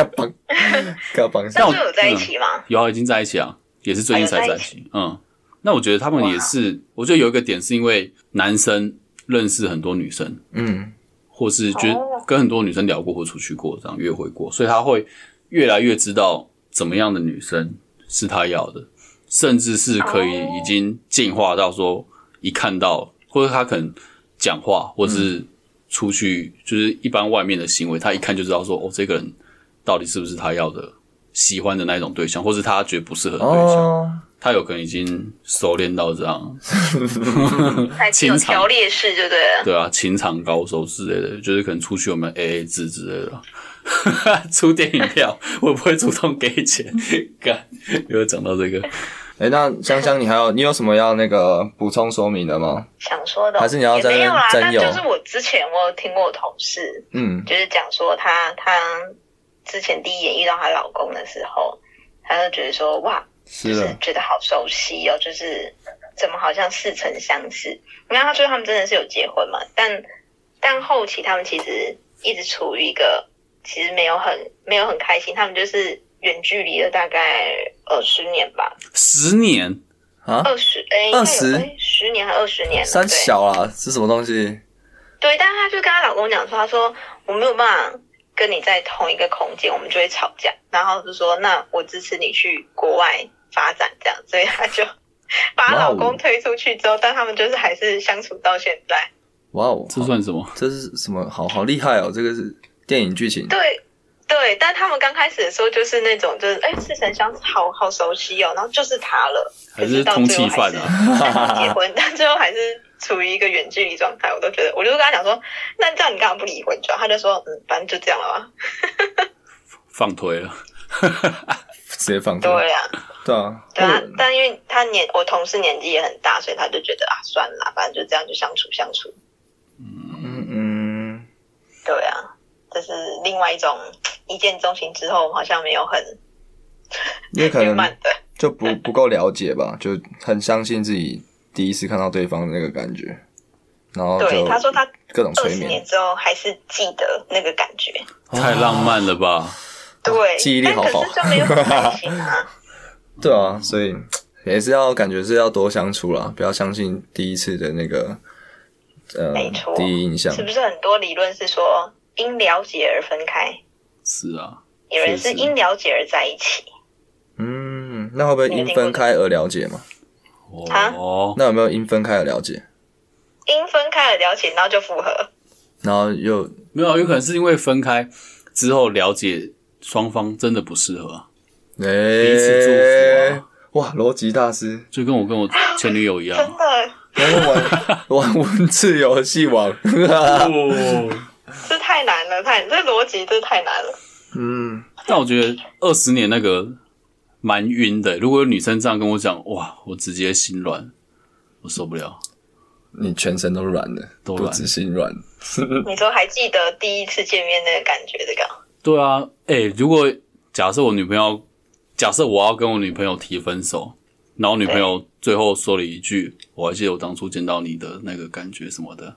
S2: 嘎 嘣，
S1: 但
S3: 那
S1: 我
S3: 最后有在一起吗？
S1: 有啊，已经在一起啊，也是最近才在一起。嗯，那我觉得他们也是，我觉得有一个点是因为男生认识很多女生，
S2: 嗯，
S1: 或是觉
S3: 哦
S1: 跟很多女生聊过或出去过，这样约会过，所以他会越来越知道怎么样的女生是他要的，甚至是可以
S3: 哦
S1: 已经进化到说一看到，或者他可能讲话，或
S3: 嗯
S1: 是出去、就是一般外面的行为，他一看就知道说哦，这个人到底是不是他要的。喜欢的那一种对象，或是他觉得不适合的对象，
S2: 哦，
S1: 他有可能已经熟练到这样，
S2: 嗯
S3: 还是有
S1: 清场
S3: 条列式就对了。
S1: 对啊，情场高手之类的，就是可能出去我们 A A 制之类的啊。 出电影票，我不会主动给钱。干，又讲到这个，
S2: 哎、那香香，你还有你有什么要那个补充说明的吗？
S3: 想说的哦
S2: 还是你要
S3: 也
S2: 在那
S3: 没
S2: 边
S3: 有啦，
S2: 占
S3: 但
S2: 有
S3: 就是我之前我有听过我同事
S2: 嗯，
S3: 就是讲说她她之前第一眼遇到她老公的时候，她就觉得说哇，
S2: 是
S3: 就
S2: 的
S3: 是，觉得好熟悉哦，就是怎么好像似曾相识。然后他最后他们真的是有结婚嘛，但但后期他们其实一直处于一个其实没有很没有很开心，他们就是远距离了大概二十年吧，
S1: 十年
S2: 啊，
S3: 二十哎
S2: 20
S3: 十年还二十年了，
S2: 三
S3: 对
S2: 小啊，是什么东西？
S3: 对，但她就跟她老公讲说，她说我没有办法跟你在同一个空间，我们就会吵架。然后就说那我支持你去国外发展这样，所以她就 把她老
S2: 哇哦
S3: 公推出去之后，但他们就是还是相处到现在。
S2: 哇哦，
S1: 这算什么？
S2: 这是什么？好好厉害哦！这个是电影剧情，
S3: 对。对，但他们刚开始的时候就是那种，就是哎，似曾相识，好好熟悉哦，然后就是他了，
S1: 还是通缉犯啊？
S3: 啊，结婚，但最后还是处于一个远距离状态，我都觉得，我就跟他讲说，那这样你干嘛不离婚就好？他就说，嗯，反正就这样了吧。
S1: 放推了，
S2: 直接放出来。
S3: 对呀、
S2: 对啊，
S3: 对啊
S2: 或者，
S3: 但因为他年我同事年纪也很大，所以他就觉得啊，算了，反正就这样就相处相处。
S2: 嗯嗯，
S3: 对啊，这是另外一种一见钟情之后好像没有很
S2: 因为可
S3: 圆
S2: 能
S3: 满的。
S2: 就不不够了解吧，就很相信自己第一次看到对方的那个感觉，然后
S3: 对，
S2: 哦就
S3: 他说他
S2: 各种
S3: 二
S2: 催
S3: 十
S2: 眠
S3: 年，之后还是记得那个感觉。
S1: 太浪漫了吧？
S3: 对，
S2: 哦记忆力好好
S3: 但可是就没有很开心 啊。
S2: 对啊，所以也是要感觉是要多相处啦，不要相信第一次的那个呃
S3: 没错
S2: 第一印象
S3: 是，不是很多理论是说因了解而分开，
S1: 是啊，
S3: 有人是
S1: 是是
S3: 因了解而在一起？
S2: 嗯，那会不会
S3: 你有
S2: 因
S3: 听过
S2: 分开而了解嘛？
S3: 啊
S1: 哦，
S2: 那有没有因分开而了解？
S3: 因分开而了解，然后就复合。
S2: 然后又
S1: 没有，有可能是因为分开之后了解双方真的不适合啊、
S2: 哎、
S1: 此祝福啊
S2: 哇，逻辑大师，
S1: 就跟我跟我前女友一样
S3: 真。 的，
S2: 然后玩 玩文字游戏王，
S1: 哦，
S3: 这太难了，太这逻辑这太难了。
S2: 嗯，
S1: 但我觉得二十年那个蛮晕的。欸如果有女生这样跟我讲，哇，我直接心软，我受不了。
S2: 你全身都软了，
S1: 都
S2: 不
S1: 软
S2: 止心软，
S3: 你说还记得第一次见面那个感觉这个？
S1: 对啊，哎、如果假设我女朋友，假设我要跟我女朋友提分手，然后女朋友最后说了一句：“我还记得我当初见到你的那个感觉什么的。”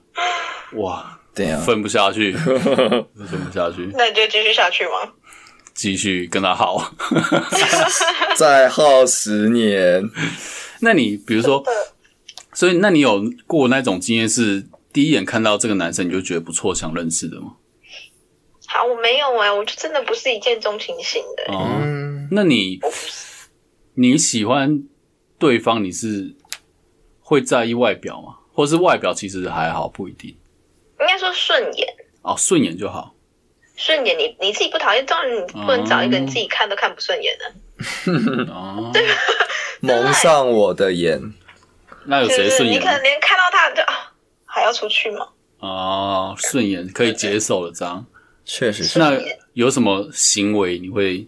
S1: 哇，
S2: 对 啊，
S1: 分不下 去，分不下去，
S3: 那你就继续下去吗？
S1: 继续跟她好。
S2: 再耗十年，
S1: 那你比如说，所以那你有过那种经验是第一眼看到这个男生你就觉得不错，想认识的吗？
S3: 好，我没有哎、我就真的不是一见钟情型的、
S1: 哦、
S2: 嗯，
S1: 那你
S3: 我不是。
S1: 你喜欢对方，你是会在意外表吗？或是外表其实还好，不一定
S3: 应该说顺眼，
S1: 哦，顺眼就好。
S3: 顺眼你你自己不讨厌，当然你不能找一个你自己看都看不顺眼的、
S1: 哦，
S2: 蒙上我的眼，
S1: 那有
S3: 就
S1: 谁
S3: 是
S1: 顺
S3: 你
S1: 眼
S3: 可能连看到他就啊，还要出去吗？
S1: 哦，顺眼可以接受的这样。
S2: 确实是，
S1: 那有什么行为你会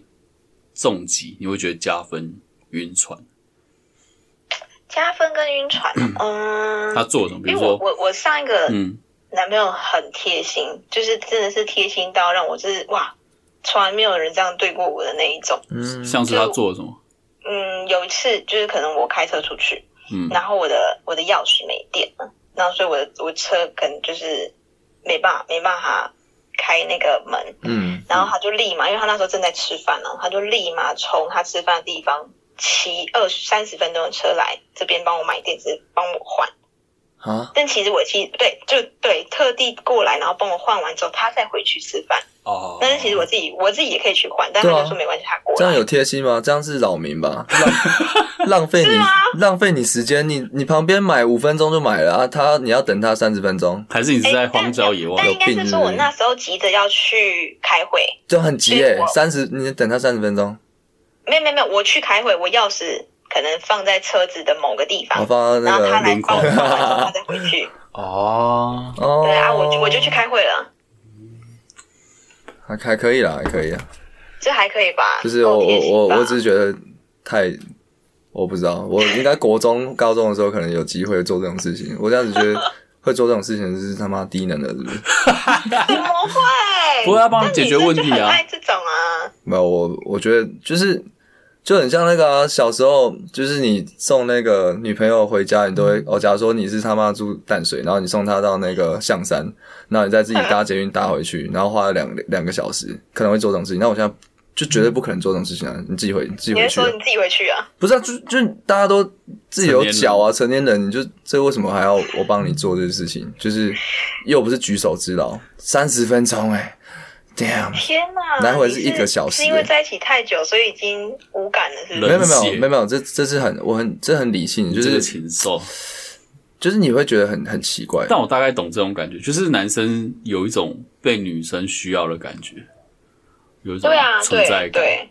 S1: 重击？你会觉得加分、晕船？
S3: 加分跟晕船，嗯，
S1: 他做什么？比
S3: 因为
S1: 如
S3: 我
S1: 说，
S3: 我我上一个
S1: 嗯，
S3: 男朋友很贴心，就是真的是贴心到让我就是哇，从来没有人这样对过我的那一种。
S2: 嗯，
S1: 像是他做了什么？
S3: 嗯，有一次就是可能我开车出去，
S1: 嗯
S3: 然后我的我的钥匙没电了，然后所以我的我车可能就是没办法没办法开那个门，
S2: 嗯，
S3: 然后他就立马，因为他那时候正在吃饭呢，他就立马从他吃饭的地方骑二三十分钟的车来这边帮我买电池，帮我换。
S2: 啊，
S3: 但其实我其实对就对特地过来，然后帮我换完之后，他再回去吃饭。
S1: 哦，
S3: 但是其实我自己我自己也可以去换，但他
S2: 对啊
S3: 就说没关系，他过
S2: 这样
S3: 来。
S2: 有贴心吗？这样是扰民吧？浪 浪费你浪费你时间，你你旁边买五分钟就买了啊，他你要等他三十分钟，
S1: 还是你是
S3: 哎
S1: 在
S3: 但
S1: 荒郊野外
S3: 但？应该
S2: 有病
S3: 是
S2: 是
S3: 说
S2: 不
S3: 我
S2: 是
S3: 那时候急着要去开会，
S2: 就很急
S3: 所以
S2: 耶
S3: 我，
S2: 三十你等他三十分钟，
S3: 没有没有没有，我去开会，我钥匙可能放在车子的某个地方
S2: 我，哦放到
S3: 然
S2: 那
S3: 后他
S2: 个
S3: 来
S1: 轮
S3: 帮
S1: 廓
S3: 我放完之后他再回去。
S4: 哦，
S2: 哦，
S3: 对啊，我就我就去，开会了，
S2: 还还可以啦，还可以啊。
S3: 这还可以吧？
S2: 就是
S3: 够
S2: 我
S3: 贴
S2: 我
S3: 心
S2: 我
S3: 吧
S2: 我只是觉得太，我不知道，我应该国中、高中的时候可能有机会做这种事情。我这样子觉得会做这种事情是他妈低能的，是不是？
S3: 怎么会？
S1: 不过要帮你解决问题啊
S3: 但女生就很爱这种啊，
S2: 没有，我我觉得就是就很像那个、啊、小时候，就是你送那个女朋友回家，你都会
S3: 嗯
S2: 哦，假如说你是他妈住淡水，然后你送她到那个象山，然后你再自己搭捷运搭回
S3: 嗯
S2: 去，然后花了两两个小时，可能会做这种事情。那我现在。就绝对不可能做这种事情啊！你自己回自己
S3: 你
S2: 回
S3: 会
S2: 去啊。
S3: 说你自己回去啊？
S2: 不是啊，就就大家都自己有脚啊，成年人，你就这为什么还要我帮你做这个事情？就是又不是举手之劳，三十分钟哎、d a m n
S3: 天哪，
S2: 来回
S3: 你
S2: 是
S3: 是
S2: 一个小时
S3: 是因为
S2: 欸
S3: 在一起太久，所以已经无感了，是
S2: 没
S3: 不
S2: 有
S3: 是？
S2: 没
S1: 冷
S2: 有没
S1: 血
S2: 有没有没有，这这是很我很这很理性，就
S1: 这个
S2: 是
S1: 禽兽。
S2: 就是你会觉得很很奇怪，
S1: 但我大概懂这种感觉，就是男生有一种被女生需要的感觉，有一种
S3: 对啊，
S1: 存在
S3: 对
S1: 感。
S3: 对，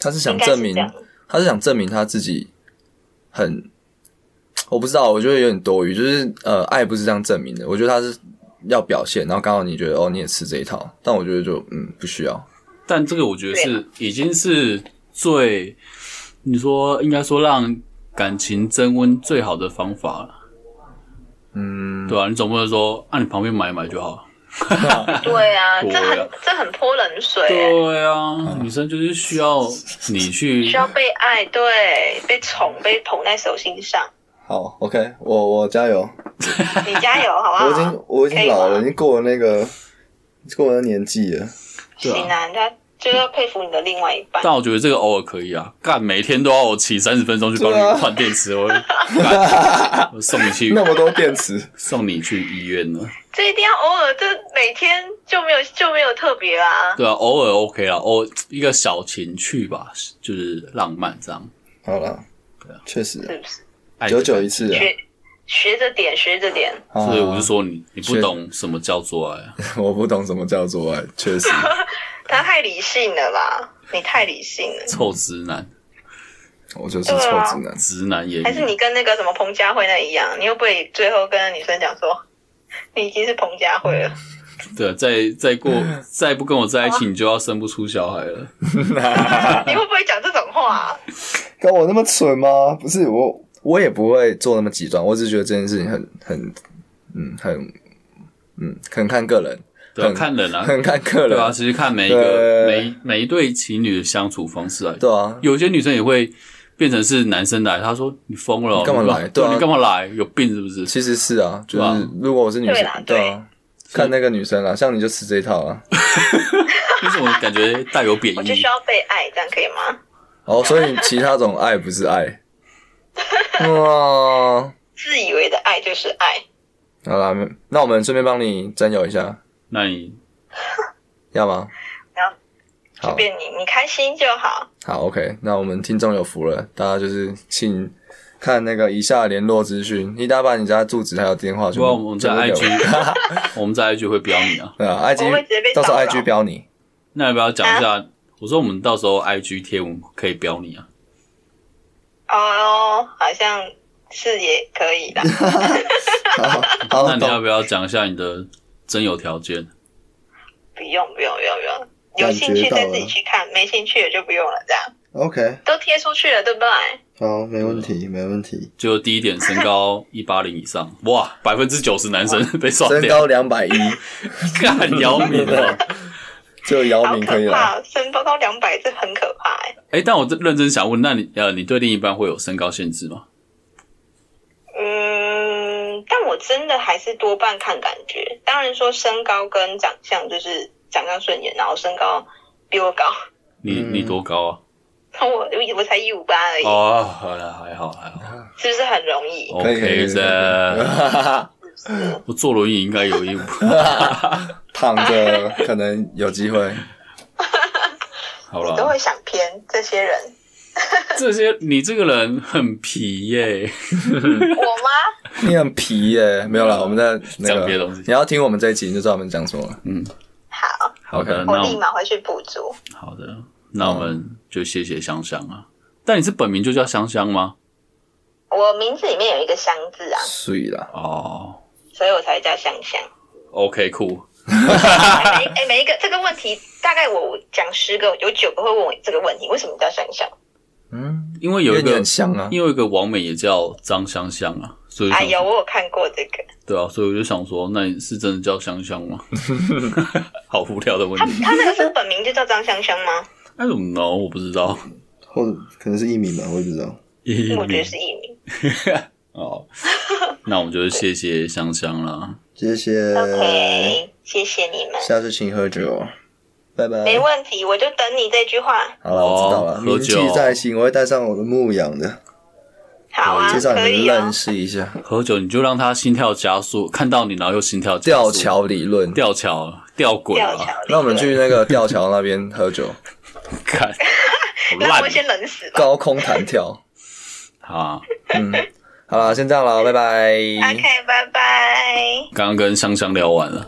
S2: 他是
S3: 应
S2: 想
S3: 该
S2: 证
S3: 是
S2: 明
S3: 这样。
S2: 他是想证明他自己很，我不知道，我觉得有点多余。就是呃，爱不是这样证明的，我觉得他是要表现，然后刚好你觉得哦你也吃这一套，但我觉得就嗯不需要。
S1: 但这个我觉得
S3: 对啊
S1: 是已经是最，你说应该说让感情增温最好的方法了，
S2: 嗯，
S1: 对吧、你总不能说啊，你旁边买一买就好了。
S3: 对 啊，
S1: 对
S3: 这
S1: 啊
S3: 很这很泼冷水欸，
S1: 对
S2: 嗯
S1: 啊，女生就是需要你去
S3: 需要被爱，对，被宠，被捧在手心上。
S2: 好，OK，我我加油。
S3: 你加油，好不好？
S2: 我已经我已经老了，已经过了那个过了年纪了。
S1: 对啊
S3: 行啊，他就要佩服你的另外一半。
S1: 但我觉得这个偶尔可以啊，干每天都要我骑三十分钟去帮
S2: 对啊
S1: 你换电池，我 会干我送你去
S2: 那么多电池，
S1: 送你去医院呢。
S3: 这一定要偶尔，这每天就没有就没有特别啦。
S1: 对啊，偶尔 OK 啦，偶一个小情趣吧，就是浪漫这样。
S2: 好了，
S1: 啊
S2: 确实
S3: 是不是？
S1: 爱的
S2: 九九
S1: 感
S2: 一次啊。
S3: 学学着点，学着点。
S2: 好
S1: 所以我就
S2: 好
S1: 说你你不
S2: 确
S1: 懂什么叫做爱啊，
S2: 好 我不懂什么叫做爱，确实
S3: 他太理性了吧？你太理性了，
S1: 臭直 男，
S2: 我就是臭
S3: 啊
S2: 直男。
S1: 直男言
S3: 还是
S1: 语。
S3: 你跟那个什么彭佳慧那一样？你又不会最后跟那女生讲说，你已经是彭佳慧 了？
S1: 对，再再过再不跟我在一起，你就要生不出小孩了。
S3: 你会不会讲这种话啊、
S2: 跟我那么蠢吗？不是我，我也不会做那么极端，我只是觉得这件事情很很嗯很嗯很看个人，
S1: 对啊，
S2: 很
S1: 看人啊，
S2: 很看个
S1: 对
S2: 人
S1: 啊，。其实看每一个
S2: 对
S1: 每每一对情侣的相处方式啊，
S2: 对啊，
S1: 有些女生也会变成是男生来，她说你疯了哦，
S2: 你干嘛来
S1: 对
S2: 对啊
S1: 你干嘛来？有病是不是？
S2: 其实是啊，就
S1: 对啊
S2: 是如果我是女
S3: 对
S2: 生
S3: 啦，
S2: 对啊，看那个女生啊，像你就吃这一套啊。
S1: 为什么感觉带有贬
S3: 我就
S1: 义
S3: 需？要被爱，这样可以吗？
S2: 哦，所以其他种爱不是 爱。哇，
S3: 自以为的爱就是爱，
S2: 好啦，没那我们顺便帮你征友一下，
S1: 那你
S2: 要吗？
S3: 要随
S2: 好，
S3: 便你，你开心就好。
S2: 好，OK，那我们听众有福了，大家就是请看那个以下联络资讯，一大把你家住址还有电话，全
S1: 不然我
S2: 部
S1: 们在
S2: 全部给
S1: IG，我 们在 IG 会标你啊。
S2: 对啊
S3: 我会直接被
S2: ，IG 到时候
S3: 骚扰
S2: IG 标你，
S1: 那要不要讲一下？我说我们到时候 IG 贴文可以标你啊。
S3: 哦，好像是也可以啦。
S1: 那
S2: 好好
S1: 你要
S2: 哦懂，
S1: 不要讲一下你的真有条件？
S3: 不用不用不用不用，有
S2: 感
S3: 兴
S2: 觉
S3: 趣
S2: 到
S3: 再自己
S2: 了
S3: 去看，没兴趣的就不用了。这样
S2: OK，
S3: 都贴出去了，对不对？
S2: 好，没问题，没 问题，
S1: 就第一点，身高一八零以上，哇，百分之九十男生被刷
S2: 身
S1: 掉，
S2: 高两百一，
S1: 看姚明啊！
S2: 就姚
S3: 好
S2: 明可以
S3: 可
S2: 了，
S3: 怕哦，身高到两百，这很可怕哎。
S1: 哎，但我认真想问，那你呃，你对另一半会有身高限制吗？
S3: 嗯，但我真的还是多半看感觉。当然说身高跟长相，就是长相顺眼，然后身高比我高，
S1: 你
S2: 嗯
S1: 你多高啊？
S3: 我我才一五八而已，
S1: 哦，好了，还好还好
S3: 是不是很容易？
S2: 可
S1: ，OK
S2: 以可以可以可以
S1: 的。
S3: 是
S1: 我坐轮椅应该有一，
S2: 躺着可能有机会，
S1: 好
S3: 都
S1: 了。
S3: 会想偏这 些人，
S1: 这些你这个人很皮耶，
S3: 我吗？
S2: 你很皮耶，没有啦，我们在那
S1: 讲别的
S2: 个
S1: 东西，
S2: 你要听我们这一集你就知道我们讲什么了，
S3: 好，
S1: 好的，
S3: 我
S1: 那我
S3: 立
S1: 们
S3: 马回去补足。
S1: 好的，那我们就谢谢香香啊。但你是本名就叫香香吗？
S3: 我名字里面有一个香字啊，
S2: 水啦，
S1: 哦
S3: 所以我才叫香香。
S1: ，OK，酷，
S3: 哎、每哎每一个这个问题，大概我讲十个，有九个会问我这个问题，为什么叫香香？
S2: 嗯，
S1: 因为
S2: 因
S1: 有
S2: 为
S1: 一
S2: 你
S1: 个
S2: 很，香啊，
S1: 因为有一个网美也叫张香香啊，所以我
S3: 哎
S1: 想
S3: 呦，我有看过这个，
S1: 对啊，所以我就想说，那你是真的叫香香 吗？好无聊的问
S3: 他
S1: 题。
S3: 他那个是本名就叫张香香吗？
S1: 那怎么 know？我不知道。
S4: 或者可能是艺名吧，我也不知道。
S1: 一
S3: 我觉得是艺名。
S1: 哦，那我们就是谢谢香香啦。
S4: 谢谢
S3: OK，谢谢你们，
S2: 啊
S4: 下次请喝酒，拜拜。
S3: 没问题，我就等你这句话。
S4: 好了，我知道了，
S1: 哦
S4: 铭记
S1: 喝酒
S4: 在心，我会带上我的牧羊的，
S3: 好啊，
S4: 介绍你
S3: 可
S4: 们
S3: 以哦
S4: 认。识一下。
S1: 喝酒你就让他心跳加速，看到你然后又心跳加
S2: 吊
S1: 速
S2: 桥理论。
S1: 吊桥吊轨
S3: 吊
S1: 啊
S3: 桥，，
S2: 那我们去那个吊桥那边喝 酒，
S1: 看好
S3: 那
S1: 烂
S3: 我先冷死吧。
S2: 高空弹跳。
S1: 啊！
S2: 嗯，好了，先这样了，拜拜。
S3: OK，拜拜。
S1: 刚刚跟香香聊完了，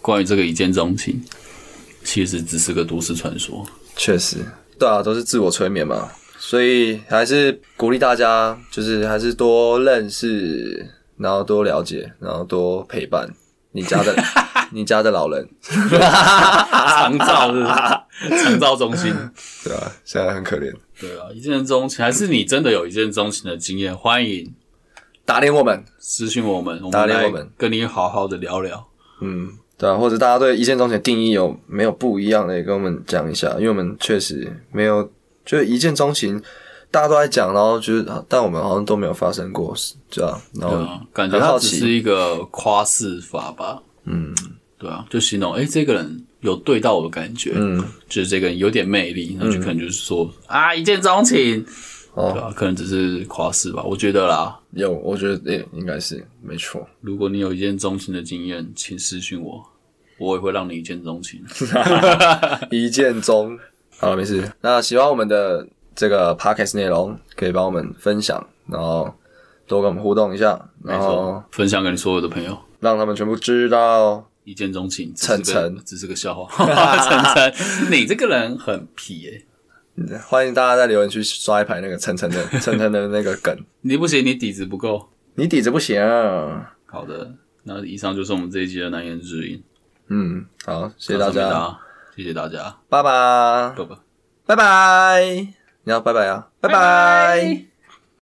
S1: 关于这个一见钟情，其实只是个都市传 说。
S2: 确实，对啊，都是自我催眠嘛，所以还是鼓励大家，就是还是多认识，然后多了解，然后多陪伴你家 的你家的老人，
S1: 长照是不是长照中心。
S2: 对啊，现在很可怜，
S1: 对啊，一见钟情，还是你真的有一见钟情的经验？欢迎
S2: 打脸我们，
S1: 私信我们，我
S2: 打
S1: 们
S2: 脸
S1: 来
S2: 我们
S1: 跟你好好的聊聊。
S2: 嗯，对啊，或者大家对一见钟情的定义有没有不一样的，也跟我们讲一下，因为我们确实没有，就是一见钟情。大家都在讲，然后就是，但我们好像都没有发生过，是这样。然
S1: 对
S2: 后，
S1: 啊，感觉
S2: 嗯很
S1: 它
S2: 好
S1: 只
S2: 奇
S1: 是一个夸饰法吧。
S2: 嗯
S1: 对啊，就形容哎、诶这个人有对到我的感觉，
S2: 嗯，
S1: 就是这个人有点魅力，那就可能就是说、啊一见钟情，
S2: 哦
S1: 对啊，可能只是夸饰吧，我觉得啦。
S2: 有，我觉得也应该是没错。
S1: 如果你有一见钟情的经验，请私信我，我也会让你一见钟情。
S2: 哦一见钟。 好了，没事。那喜欢我们的这个 podcast 内容，可以帮我们分享，然后多跟我们互动一下，
S1: 没
S2: 然后
S1: 错，分享给你所有的朋友。
S2: 让他们全部知道。哦
S1: 一见钟情，只是个
S2: 晨晨
S1: 只是个笑话。 晨晨，你这个人很痞耶、
S2: 欢迎大家在留言区刷一排那个晨晨的晨晨的那个梗，
S1: 你不行，你底子不够。
S2: 你底子不行、啊。
S1: 好的，那以上就是我们这一集的难言之隐。
S2: 嗯，好，谢谢大家，，
S1: 谢谢大家，
S2: 拜拜，
S1: 拜拜。
S2: 拜拜。你要拜拜啊，拜拜